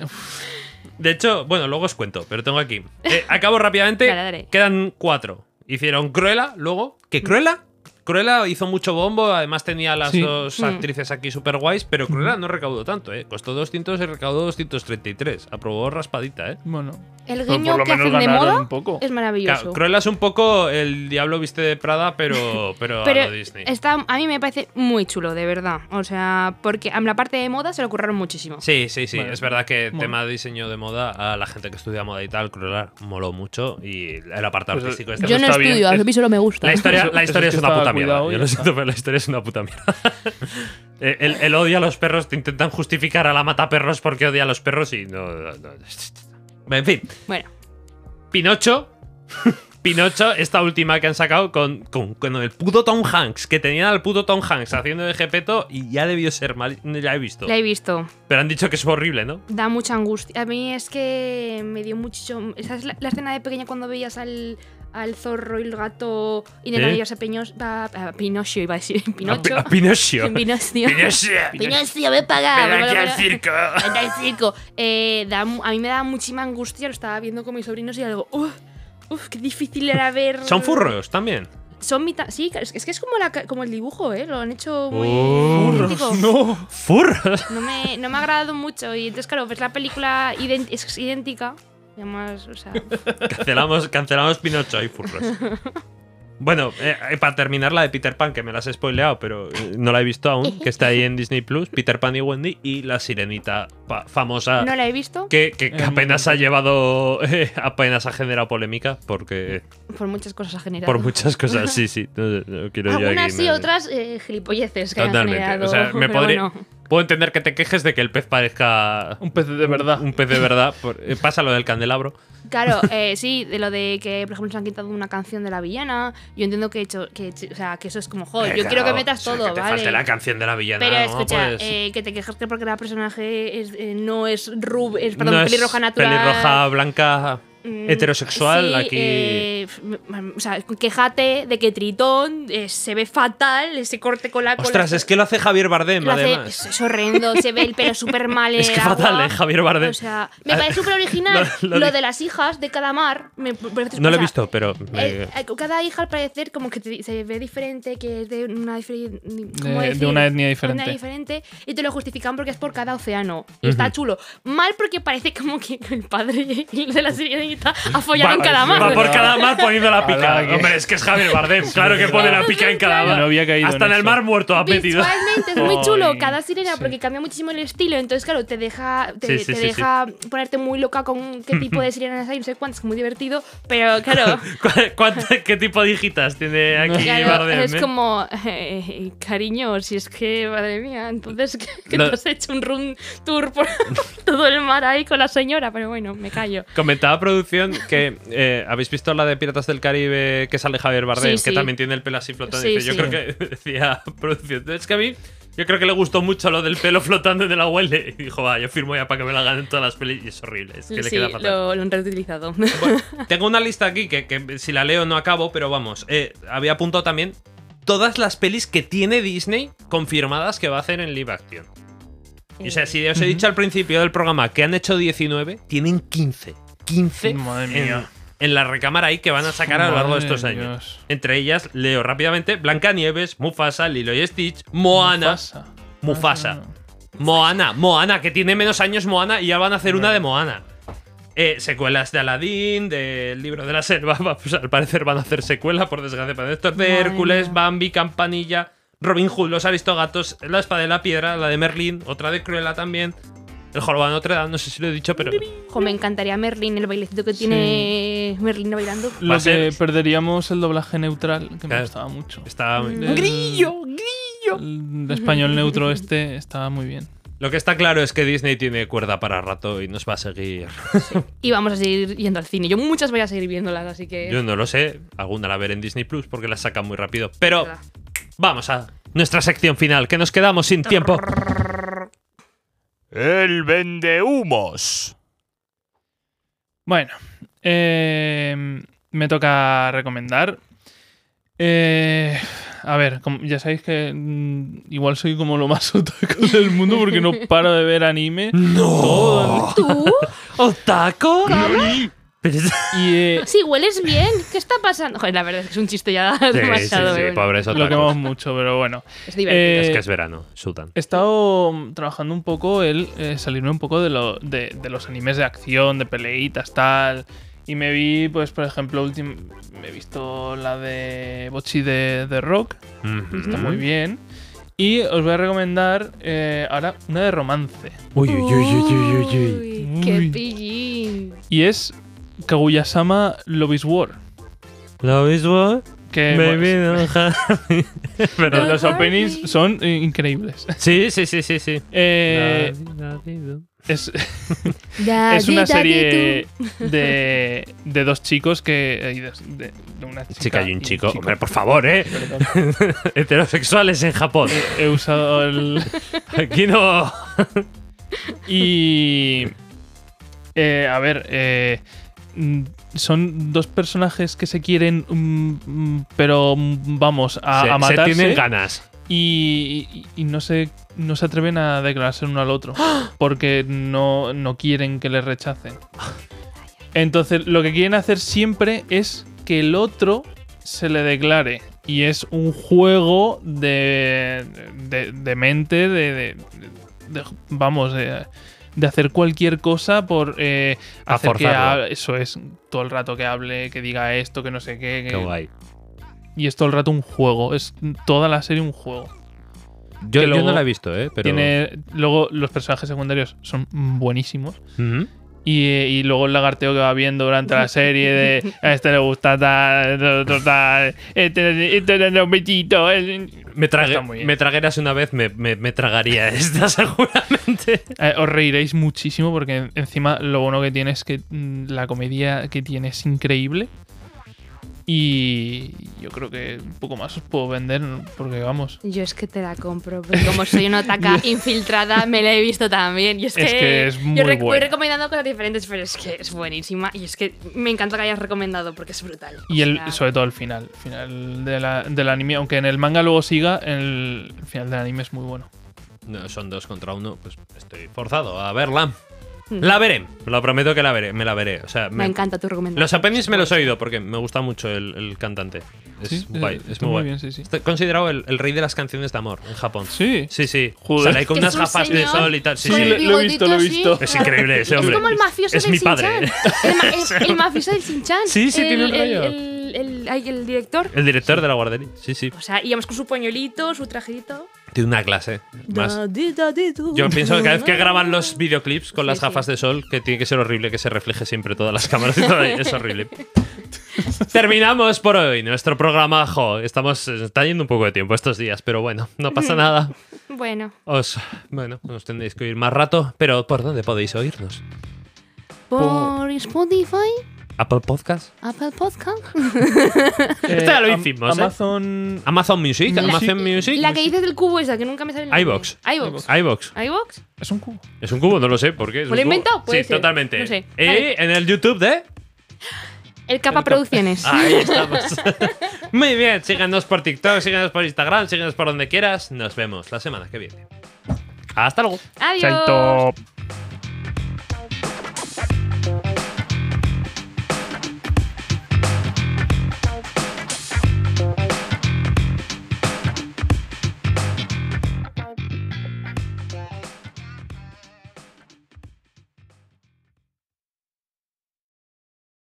[SPEAKER 3] De hecho, bueno, luego os cuento, pero tengo aquí. Eh, acabo rápidamente.
[SPEAKER 4] Dale, dale.
[SPEAKER 3] Quedan cuatro. Hicieron Cruella, luego. ¿Qué Cruella? Cruella hizo mucho bombo, además tenía las
[SPEAKER 2] Sí.
[SPEAKER 3] dos
[SPEAKER 4] Mm.
[SPEAKER 3] actrices aquí super guays, pero Cruella no recaudó tanto, ¿eh? Costó 200 y recaudó 233. Aprobó raspadita, ¿eh?
[SPEAKER 2] Bueno,
[SPEAKER 4] El
[SPEAKER 2] por,
[SPEAKER 4] guiño
[SPEAKER 2] por lo
[SPEAKER 4] que
[SPEAKER 2] menos
[SPEAKER 4] hacen de
[SPEAKER 2] ganaron
[SPEAKER 4] moda
[SPEAKER 2] un poco.
[SPEAKER 4] es
[SPEAKER 3] Claro,
[SPEAKER 4] maravilloso.
[SPEAKER 3] Cruella es un poco el diablo viste de Prada, pero, pero, a
[SPEAKER 4] pero
[SPEAKER 3] lo Disney.
[SPEAKER 4] está, a mí me parece muy chulo, de verdad. O sea, porque a la parte de moda se lo curraron muchísimo.
[SPEAKER 3] Sí, sí, sí.
[SPEAKER 2] Bueno,
[SPEAKER 3] es verdad que
[SPEAKER 2] bueno.
[SPEAKER 3] tema de diseño de moda, a la gente que estudia moda y tal, Cruella moló mucho y el apartado
[SPEAKER 2] Pues,
[SPEAKER 3] artístico
[SPEAKER 2] eh,
[SPEAKER 3] este.
[SPEAKER 2] Yo no está bien. estudio, a mí
[SPEAKER 4] solo me gusta.
[SPEAKER 3] La historia,
[SPEAKER 2] Eso-
[SPEAKER 3] la
[SPEAKER 2] eso
[SPEAKER 3] historia
[SPEAKER 2] es
[SPEAKER 3] es,
[SPEAKER 2] que
[SPEAKER 3] una
[SPEAKER 2] estaba
[SPEAKER 3] puta mierda.
[SPEAKER 2] cuidado ¿eh? y
[SPEAKER 3] Yo
[SPEAKER 2] ya
[SPEAKER 3] lo siento, pero la historia es una puta mierda. *laughs* Eh, el, el odio a los perros, te intentan justificar a la mata perros porque odia a los perros y no. no, no. En fin,
[SPEAKER 4] Bueno,
[SPEAKER 3] Pinocho. *laughs* Pinocho, esta última que han sacado con, con, con el puto Tom Hanks, que tenían al puto Tom Hanks haciendo de Gepeto y ya debió ser mal. Ya he visto.
[SPEAKER 4] la he visto.
[SPEAKER 3] Pero han dicho que es horrible, ¿no?
[SPEAKER 4] Da mucha angustia. A mí es que me dio mucho. Esa es la, la escena de pequeña cuando veías al, al zorro y el gato y
[SPEAKER 3] ¿Eh?
[SPEAKER 4] en el ¿Eh? Peños, a, a Pinocho, iba
[SPEAKER 3] *laughs*
[SPEAKER 4] a decir Pinocho.
[SPEAKER 3] A, Pi- a
[SPEAKER 4] *laughs*
[SPEAKER 3] Pinocho.
[SPEAKER 4] Pinocio.
[SPEAKER 3] Pinocho.
[SPEAKER 4] Pinocio, ve pagar.
[SPEAKER 3] Ven aquí al circo.
[SPEAKER 4] Vente al circo. Eh, da mu- a mí me da muchísima angustia, lo estaba viendo con mis sobrinos y algo. Uf, uf, qué difícil era ver.
[SPEAKER 3] Son furros también.
[SPEAKER 4] Son mitad. Sí, es, es que es como, la, ca- como el dibujo, ¿eh? Lo han hecho muy.
[SPEAKER 3] Oh.
[SPEAKER 4] crítico.
[SPEAKER 2] No.
[SPEAKER 3] Furros.
[SPEAKER 4] No me, no me ha agradado mucho. Y entonces, claro, ves la película idén- es idéntica. Y además, o sea.
[SPEAKER 3] Cancelamos, cancelamos Pinocho y furros. Bueno, eh, eh, para terminar la de Peter Pan, que me las he spoileado, pero eh, no la he visto aún, que está ahí en Disney Plus, Peter Pan y Wendy, y la sirenita pa- famosa
[SPEAKER 4] No la he visto
[SPEAKER 3] que, que- que
[SPEAKER 2] Eh,
[SPEAKER 3] apenas ha llevado, eh, apenas ha generado polémica, porque
[SPEAKER 4] por muchas cosas ha generado.
[SPEAKER 3] por muchas
[SPEAKER 4] *laughs*
[SPEAKER 3] cosas, sí, sí, no, no quiero yo
[SPEAKER 4] Algunas
[SPEAKER 3] aquí
[SPEAKER 4] sí,
[SPEAKER 3] nada.
[SPEAKER 4] otras eh, gilipolleces que han
[SPEAKER 3] Totalmente.
[SPEAKER 4] generado.
[SPEAKER 3] O sea, me
[SPEAKER 4] pero
[SPEAKER 3] podría-
[SPEAKER 4] bueno.
[SPEAKER 3] Puedo entender que te quejes de que el pez parezca
[SPEAKER 2] Un pez de verdad.
[SPEAKER 3] un pez de verdad. por- eh, pasa lo del candelabro.
[SPEAKER 4] Claro, eh, sí, de lo de que, por ejemplo, se han quitado una canción de la villana. Yo entiendo que, he hecho, que, o sea, que eso es como, joder, Oh, yo
[SPEAKER 3] Eh,
[SPEAKER 4] quiero que
[SPEAKER 3] claro,
[SPEAKER 4] metas
[SPEAKER 3] sí,
[SPEAKER 4] todo,
[SPEAKER 3] que te
[SPEAKER 4] ¿vale?
[SPEAKER 3] falte la canción de la villana.
[SPEAKER 4] Pero
[SPEAKER 3] ¿no?
[SPEAKER 4] escucha,
[SPEAKER 3] Pues,
[SPEAKER 4] eh, que te quejas que porque la personaje es, eh, no es rub, es, perdón,
[SPEAKER 3] no es
[SPEAKER 4] pelirroja natural.
[SPEAKER 3] Pelirroja, blanca,
[SPEAKER 4] mm,
[SPEAKER 3] heterosexual.
[SPEAKER 4] sí,
[SPEAKER 3] aquí.
[SPEAKER 4] eh, f- m- o sea, quejate de que Tritón eh, se ve fatal, ese corte con la cola.
[SPEAKER 3] Ostras, es que lo hace Javier Bardem,
[SPEAKER 4] Lo hace-
[SPEAKER 3] además.
[SPEAKER 4] es, es horrendo, se ve el pelo súper mal.
[SPEAKER 3] *laughs*
[SPEAKER 4] en
[SPEAKER 3] Es que
[SPEAKER 4] el agua.
[SPEAKER 3] fatal, ¿eh? Javier Bardem.
[SPEAKER 4] O sea, me
[SPEAKER 3] *laughs*
[SPEAKER 4] parece súper original.
[SPEAKER 3] Lo-
[SPEAKER 4] lo,
[SPEAKER 3] lo di-
[SPEAKER 4] de las hijas de cada mar. me parece-
[SPEAKER 3] no lo
[SPEAKER 4] o
[SPEAKER 3] he
[SPEAKER 4] sea,
[SPEAKER 3] visto, pero. me-
[SPEAKER 4] eh, eh, cada hija al parecer como que te- se ve diferente, que es de una, diferi- ¿cómo
[SPEAKER 2] de
[SPEAKER 4] decir?
[SPEAKER 2] una etnia
[SPEAKER 4] Una
[SPEAKER 2] diferente.
[SPEAKER 4] diferente, y te lo justifican porque es por cada océano. Y está chulo. Mal porque parece como que el padre *laughs* de la sirenita ha follado en cada mar.
[SPEAKER 3] va por cada mar poniendo *laughs* la pica.
[SPEAKER 2] Ojalá que-
[SPEAKER 3] Hombre, es que es Javier Bardem. Claro que pone la pica en cada
[SPEAKER 2] Yo
[SPEAKER 3] mar.
[SPEAKER 2] no había caído
[SPEAKER 3] Hasta
[SPEAKER 2] en
[SPEAKER 3] en el
[SPEAKER 2] eso.
[SPEAKER 3] mar muerto ha metido. *laughs*
[SPEAKER 4] Visualmente es muy chulo
[SPEAKER 2] Ay,
[SPEAKER 4] cada sirena
[SPEAKER 2] sí.
[SPEAKER 4] porque cambia muchísimo el estilo, entonces claro, te deja,
[SPEAKER 3] Sí,
[SPEAKER 4] te,
[SPEAKER 3] sí,
[SPEAKER 4] te
[SPEAKER 3] sí, sí.
[SPEAKER 4] deja ponerte muy loca con qué tipo de sirenas hay, no sé cuántas, muy divertido, pero claro,
[SPEAKER 3] ¿Cu- cuánta- ¿Qué tipo de hijitas tiene aquí
[SPEAKER 4] claro,
[SPEAKER 3] Bardem?
[SPEAKER 4] es
[SPEAKER 3] eh?
[SPEAKER 4] como *laughs* eh, cariño, si es que madre mía, entonces *laughs* que, que
[SPEAKER 3] Lo-
[SPEAKER 4] te has hecho un room tour por *laughs* todo el mar ahí con la señora, pero bueno, me callo.
[SPEAKER 3] Comentaba producción que eh, habéis visto la de Piratas del Caribe que sale Javier Bardem,
[SPEAKER 4] Sí,
[SPEAKER 3] que
[SPEAKER 4] sí.
[SPEAKER 3] también tiene el pelo así flotando.
[SPEAKER 4] Sí,
[SPEAKER 3] Dice, Yo
[SPEAKER 4] sí.
[SPEAKER 3] creo que *laughs* decía producción. Es que a mí yo creo que le gustó mucho lo del pelo flotando en el agua y le- y dijo, va, yo firmo ya para que me lo hagan en todas las pelis y es horrible. Es que le
[SPEAKER 4] Sí,
[SPEAKER 3] queda fatal.
[SPEAKER 4] lo, lo han reutilizado. *laughs*
[SPEAKER 3] Bueno, tengo una lista aquí que, que si la leo no acabo, pero vamos, eh, había apuntado también todas las pelis que tiene Disney confirmadas que va a hacer en live action. Y, o sea, si os he
[SPEAKER 2] Ujú.
[SPEAKER 4] Eh.
[SPEAKER 3] dicho al principio del programa que han hecho 19, tienen 15. 15
[SPEAKER 2] Madre
[SPEAKER 3] en,
[SPEAKER 2] mía.
[SPEAKER 3] en la recámara ahí que van a sacar a lo largo de estos
[SPEAKER 2] Madre de
[SPEAKER 3] años.
[SPEAKER 2] Dios.
[SPEAKER 3] Entre ellas, leo rápidamente, Blancanieves, Mufasa, Lilo y Stitch, Moana,
[SPEAKER 2] Mufasa. Ah.
[SPEAKER 3] Mufasa. Moana, Moana, que tiene menos años Moana y ya van a hacer una de Moana. Eh, secuelas de Aladdin, del libro de la selva, *laughs* pues al parecer van a hacer secuela, por desgracia para esto. De
[SPEAKER 4] Madre
[SPEAKER 3] Hércules,
[SPEAKER 4] mía.
[SPEAKER 3] Bambi, Campanilla, Robin Hood, los Aristogatos, la espada de la piedra, la de Merlín, otra de Cruella también. El jorobado de Notre Dame, no sé si lo he dicho, pero
[SPEAKER 4] Jo, me encantaría Merlin, el bailecito que tiene Merlin bailando.
[SPEAKER 2] Lo
[SPEAKER 3] Va a
[SPEAKER 2] que
[SPEAKER 3] ser-
[SPEAKER 2] perderíamos el doblaje neutral, que me
[SPEAKER 3] Claro.
[SPEAKER 2] gustaba mucho.
[SPEAKER 3] está...
[SPEAKER 2] El- El, español neutro este estaba muy bien.
[SPEAKER 3] Lo que está claro es que Disney tiene cuerda para rato y nos va a seguir.
[SPEAKER 4] Y vamos a seguir yendo al cine. Yo muchas voy a seguir viéndolas, así que...
[SPEAKER 3] Yo no lo sé, alguna la veré en Disney Plus porque la sacan muy rápido, pero...
[SPEAKER 4] Verdad.
[SPEAKER 3] Vamos a nuestra sección final, que nos quedamos sin tiempo.
[SPEAKER 1] El vendehumos.
[SPEAKER 2] Bueno, eh, me toca recomendar. Eh, a ver, como- ya sabéis que mm, igual soy como lo más otaku del mundo porque
[SPEAKER 3] *laughs*
[SPEAKER 2] no paro de ver anime.
[SPEAKER 3] ¡No!
[SPEAKER 4] ¿Tú? *laughs*
[SPEAKER 3] ¿Otaco? Pero-
[SPEAKER 2] Y eh,
[SPEAKER 4] Si hueles bien, ¿qué está pasando? Joder, la verdad es que es un chiste ya *laughs* demasiado. bueno.
[SPEAKER 3] pobres
[SPEAKER 2] lo
[SPEAKER 3] otacos.
[SPEAKER 2] quemamos mucho, pero bueno.
[SPEAKER 4] Es divertido.
[SPEAKER 2] Eh,
[SPEAKER 3] Es que es verano, sudan.
[SPEAKER 2] He estado mm, trabajando un poco el eh, salirme un poco de, lo- de- de los animes de acción, de peleitas, tal. Y me vi, pues, por ejemplo, ultim- me he visto la de Bochi de, de Rock. Está muy bien. Y os voy a recomendar eh, ahora una de romance.
[SPEAKER 3] Eh, Uy,
[SPEAKER 4] Uy, ¡Qué
[SPEAKER 2] Uy.
[SPEAKER 4] pillín!
[SPEAKER 2] Y es Kaguya-sama Love is War.
[SPEAKER 3] ¿Lo mismo?
[SPEAKER 2] Que
[SPEAKER 3] Baby,
[SPEAKER 2] bueno,
[SPEAKER 3] no ja- Eh, *laughs* Pero-
[SPEAKER 2] los openings son eh, increíbles.
[SPEAKER 3] Sí, sí, sí, sí, sí.
[SPEAKER 2] Eh, es,
[SPEAKER 4] Ah,
[SPEAKER 2] es una serie de, de dos chicos que. eh, y De, de- de una chica,
[SPEAKER 3] Chica y un chico. Hombre, por favor, ¿eh? *laughs*
[SPEAKER 2] Perdón.
[SPEAKER 3] Heterosexuales en *laughs* Japón.
[SPEAKER 2] *laughs* He usado el.
[SPEAKER 3] Aquí no...
[SPEAKER 2] Y. eh, a ver, eh, mm, son dos personajes que se quieren, mm, mm, pero mm, vamos, a,
[SPEAKER 3] se,
[SPEAKER 2] a
[SPEAKER 3] se
[SPEAKER 2] matarse.
[SPEAKER 3] tienen ganas.
[SPEAKER 2] y, y- y no se no se atreven a declararse el uno al otro porque no, no quieren que les rechacen. Entonces, lo que quieren hacer siempre es que el otro se le declare. Y es un juego de, de, de mente, de, de- de- vamos, de, de hacer cualquier cosa por eh,
[SPEAKER 3] A
[SPEAKER 2] hacer que
[SPEAKER 3] forzarlo.
[SPEAKER 2] ha- eso es todo el rato que hable, que diga esto, que no sé qué, que-
[SPEAKER 3] Qué guay.
[SPEAKER 2] y es todo el rato un juego, es toda la serie un juego.
[SPEAKER 3] Yo,
[SPEAKER 2] Que
[SPEAKER 3] yo
[SPEAKER 2] luego
[SPEAKER 3] no la he visto, ¿eh? Pero...
[SPEAKER 2] Tiene, luego los personajes secundarios son buenísimos.
[SPEAKER 3] Ujú.
[SPEAKER 2] Y, eh, y luego el lagarteo que va viendo durante la serie de a este le gusta tal, el otro tal, este este le da un besito. el-
[SPEAKER 3] Me, tragué-
[SPEAKER 2] Está muy bien.
[SPEAKER 3] me tragueras una vez, me, me- me tragaría *laughs* esta seguramente.
[SPEAKER 2] Eh, os reiréis muchísimo porque en- encima lo bueno que tiene es que mm, la comedia que tiene es increíble. Y yo creo que un poco más os puedo vender porque vamos.
[SPEAKER 4] Yo es que te la compro, porque *laughs* como soy una *laughs* otaca infiltrada, me la he visto también. Y es,
[SPEAKER 2] Es que es muy
[SPEAKER 4] yo rec- voy
[SPEAKER 2] buena.
[SPEAKER 4] recomendando cosas diferentes, pero es que es buenísima. Y es que me encanta que hayas recomendado, porque es brutal.
[SPEAKER 2] Y
[SPEAKER 4] O
[SPEAKER 2] el,
[SPEAKER 4] sea,
[SPEAKER 2] sobre todo el final. El final de la, del anime, aunque en el manga luego siga, el final del anime es muy bueno.
[SPEAKER 3] No, son dos contra uno, pues estoy forzado a verla. La veré, lo prometo que la veré, me la veré. O sea,
[SPEAKER 4] Mm. me,
[SPEAKER 3] me-
[SPEAKER 4] encanta tu recomendación.
[SPEAKER 3] Los openings me los he oído porque me gusta mucho el, el cantante. Es
[SPEAKER 2] Sí,
[SPEAKER 3] guay,
[SPEAKER 2] eh,
[SPEAKER 3] es
[SPEAKER 2] está
[SPEAKER 3] muy
[SPEAKER 2] muy
[SPEAKER 3] guay.
[SPEAKER 2] bien, sí, sí.
[SPEAKER 3] Está considerado el, el rey de las canciones de amor en Japón.
[SPEAKER 2] Sí. *laughs*
[SPEAKER 3] Sí, sí.
[SPEAKER 2] Joder.
[SPEAKER 3] Sale ahí con
[SPEAKER 4] Es que
[SPEAKER 3] unas
[SPEAKER 4] es un
[SPEAKER 3] gafas de
[SPEAKER 4] señor
[SPEAKER 3] sol y tal. Sí,
[SPEAKER 4] con
[SPEAKER 3] sí.
[SPEAKER 4] el
[SPEAKER 2] le- lo he visto, lo he
[SPEAKER 4] bigotito así.
[SPEAKER 3] Es increíble ese hombre.
[SPEAKER 4] Es como el mafioso
[SPEAKER 3] Es
[SPEAKER 4] del
[SPEAKER 3] mi padre. ¿eh?
[SPEAKER 4] Shin-chan. El, ma-
[SPEAKER 2] *laughs*
[SPEAKER 4] el- el mafioso del Shin-chan.
[SPEAKER 2] ¿eh? Sí, sí,
[SPEAKER 4] el,
[SPEAKER 2] tiene un rollo.
[SPEAKER 4] El, el, el- ay, el director.
[SPEAKER 3] El director de la guardería. Sí, sí.
[SPEAKER 4] O sea, íbamos con su pañuelito, su trajito.
[SPEAKER 3] Tiene una clase. Más.
[SPEAKER 4] Da, di, da, di, du.
[SPEAKER 3] Yo pienso que cada vez que graban los videoclips con
[SPEAKER 4] Sí,
[SPEAKER 3] las
[SPEAKER 4] sí.
[SPEAKER 3] gafas de sol, que tiene que ser horrible que se refleje siempre todas las cámaras. y todo, es horrible.
[SPEAKER 4] *laughs*
[SPEAKER 3] Terminamos por hoy nuestro programa. Jo, estamos, está yendo un poco de tiempo estos días, pero bueno, no pasa nada.
[SPEAKER 4] Bueno,
[SPEAKER 3] Os, bueno, nos tendréis que oír más rato, pero ¿por dónde podéis oírnos?
[SPEAKER 4] por Spotify,
[SPEAKER 3] ¿Apple Podcast?
[SPEAKER 4] Apple Podcast.
[SPEAKER 2] Eh,
[SPEAKER 3] ya lo
[SPEAKER 2] Am-
[SPEAKER 3] hicimos, ¿eh?
[SPEAKER 2] Amazon.
[SPEAKER 3] ¿Amazon Music?
[SPEAKER 2] La-
[SPEAKER 3] ¿Amazon Music?
[SPEAKER 4] La que dices del cubo esa, que nunca me sale el nombre.
[SPEAKER 3] iVoox.
[SPEAKER 4] pues iVoox.
[SPEAKER 3] iVox.
[SPEAKER 4] iVox.
[SPEAKER 2] Es un cubo.
[SPEAKER 3] Es un cubo, no lo sé por qué. es
[SPEAKER 4] ¿Me lo
[SPEAKER 3] un
[SPEAKER 4] he
[SPEAKER 3] cubo.
[SPEAKER 4] inventado? Puede
[SPEAKER 3] sí,
[SPEAKER 4] ser.
[SPEAKER 3] totalmente.
[SPEAKER 4] No sé.
[SPEAKER 3] Y
[SPEAKER 4] Vale.
[SPEAKER 3] en el YouTube de.
[SPEAKER 4] El Capa Ah,
[SPEAKER 3] *laughs*
[SPEAKER 4] Producciones.
[SPEAKER 3] Ahí estamos. Muy bien, síganos por TikTok, síganos por Instagram, síganos por donde quieras. Nos vemos la semana que viene. Hasta luego.
[SPEAKER 4] Adiós.
[SPEAKER 2] Chaito.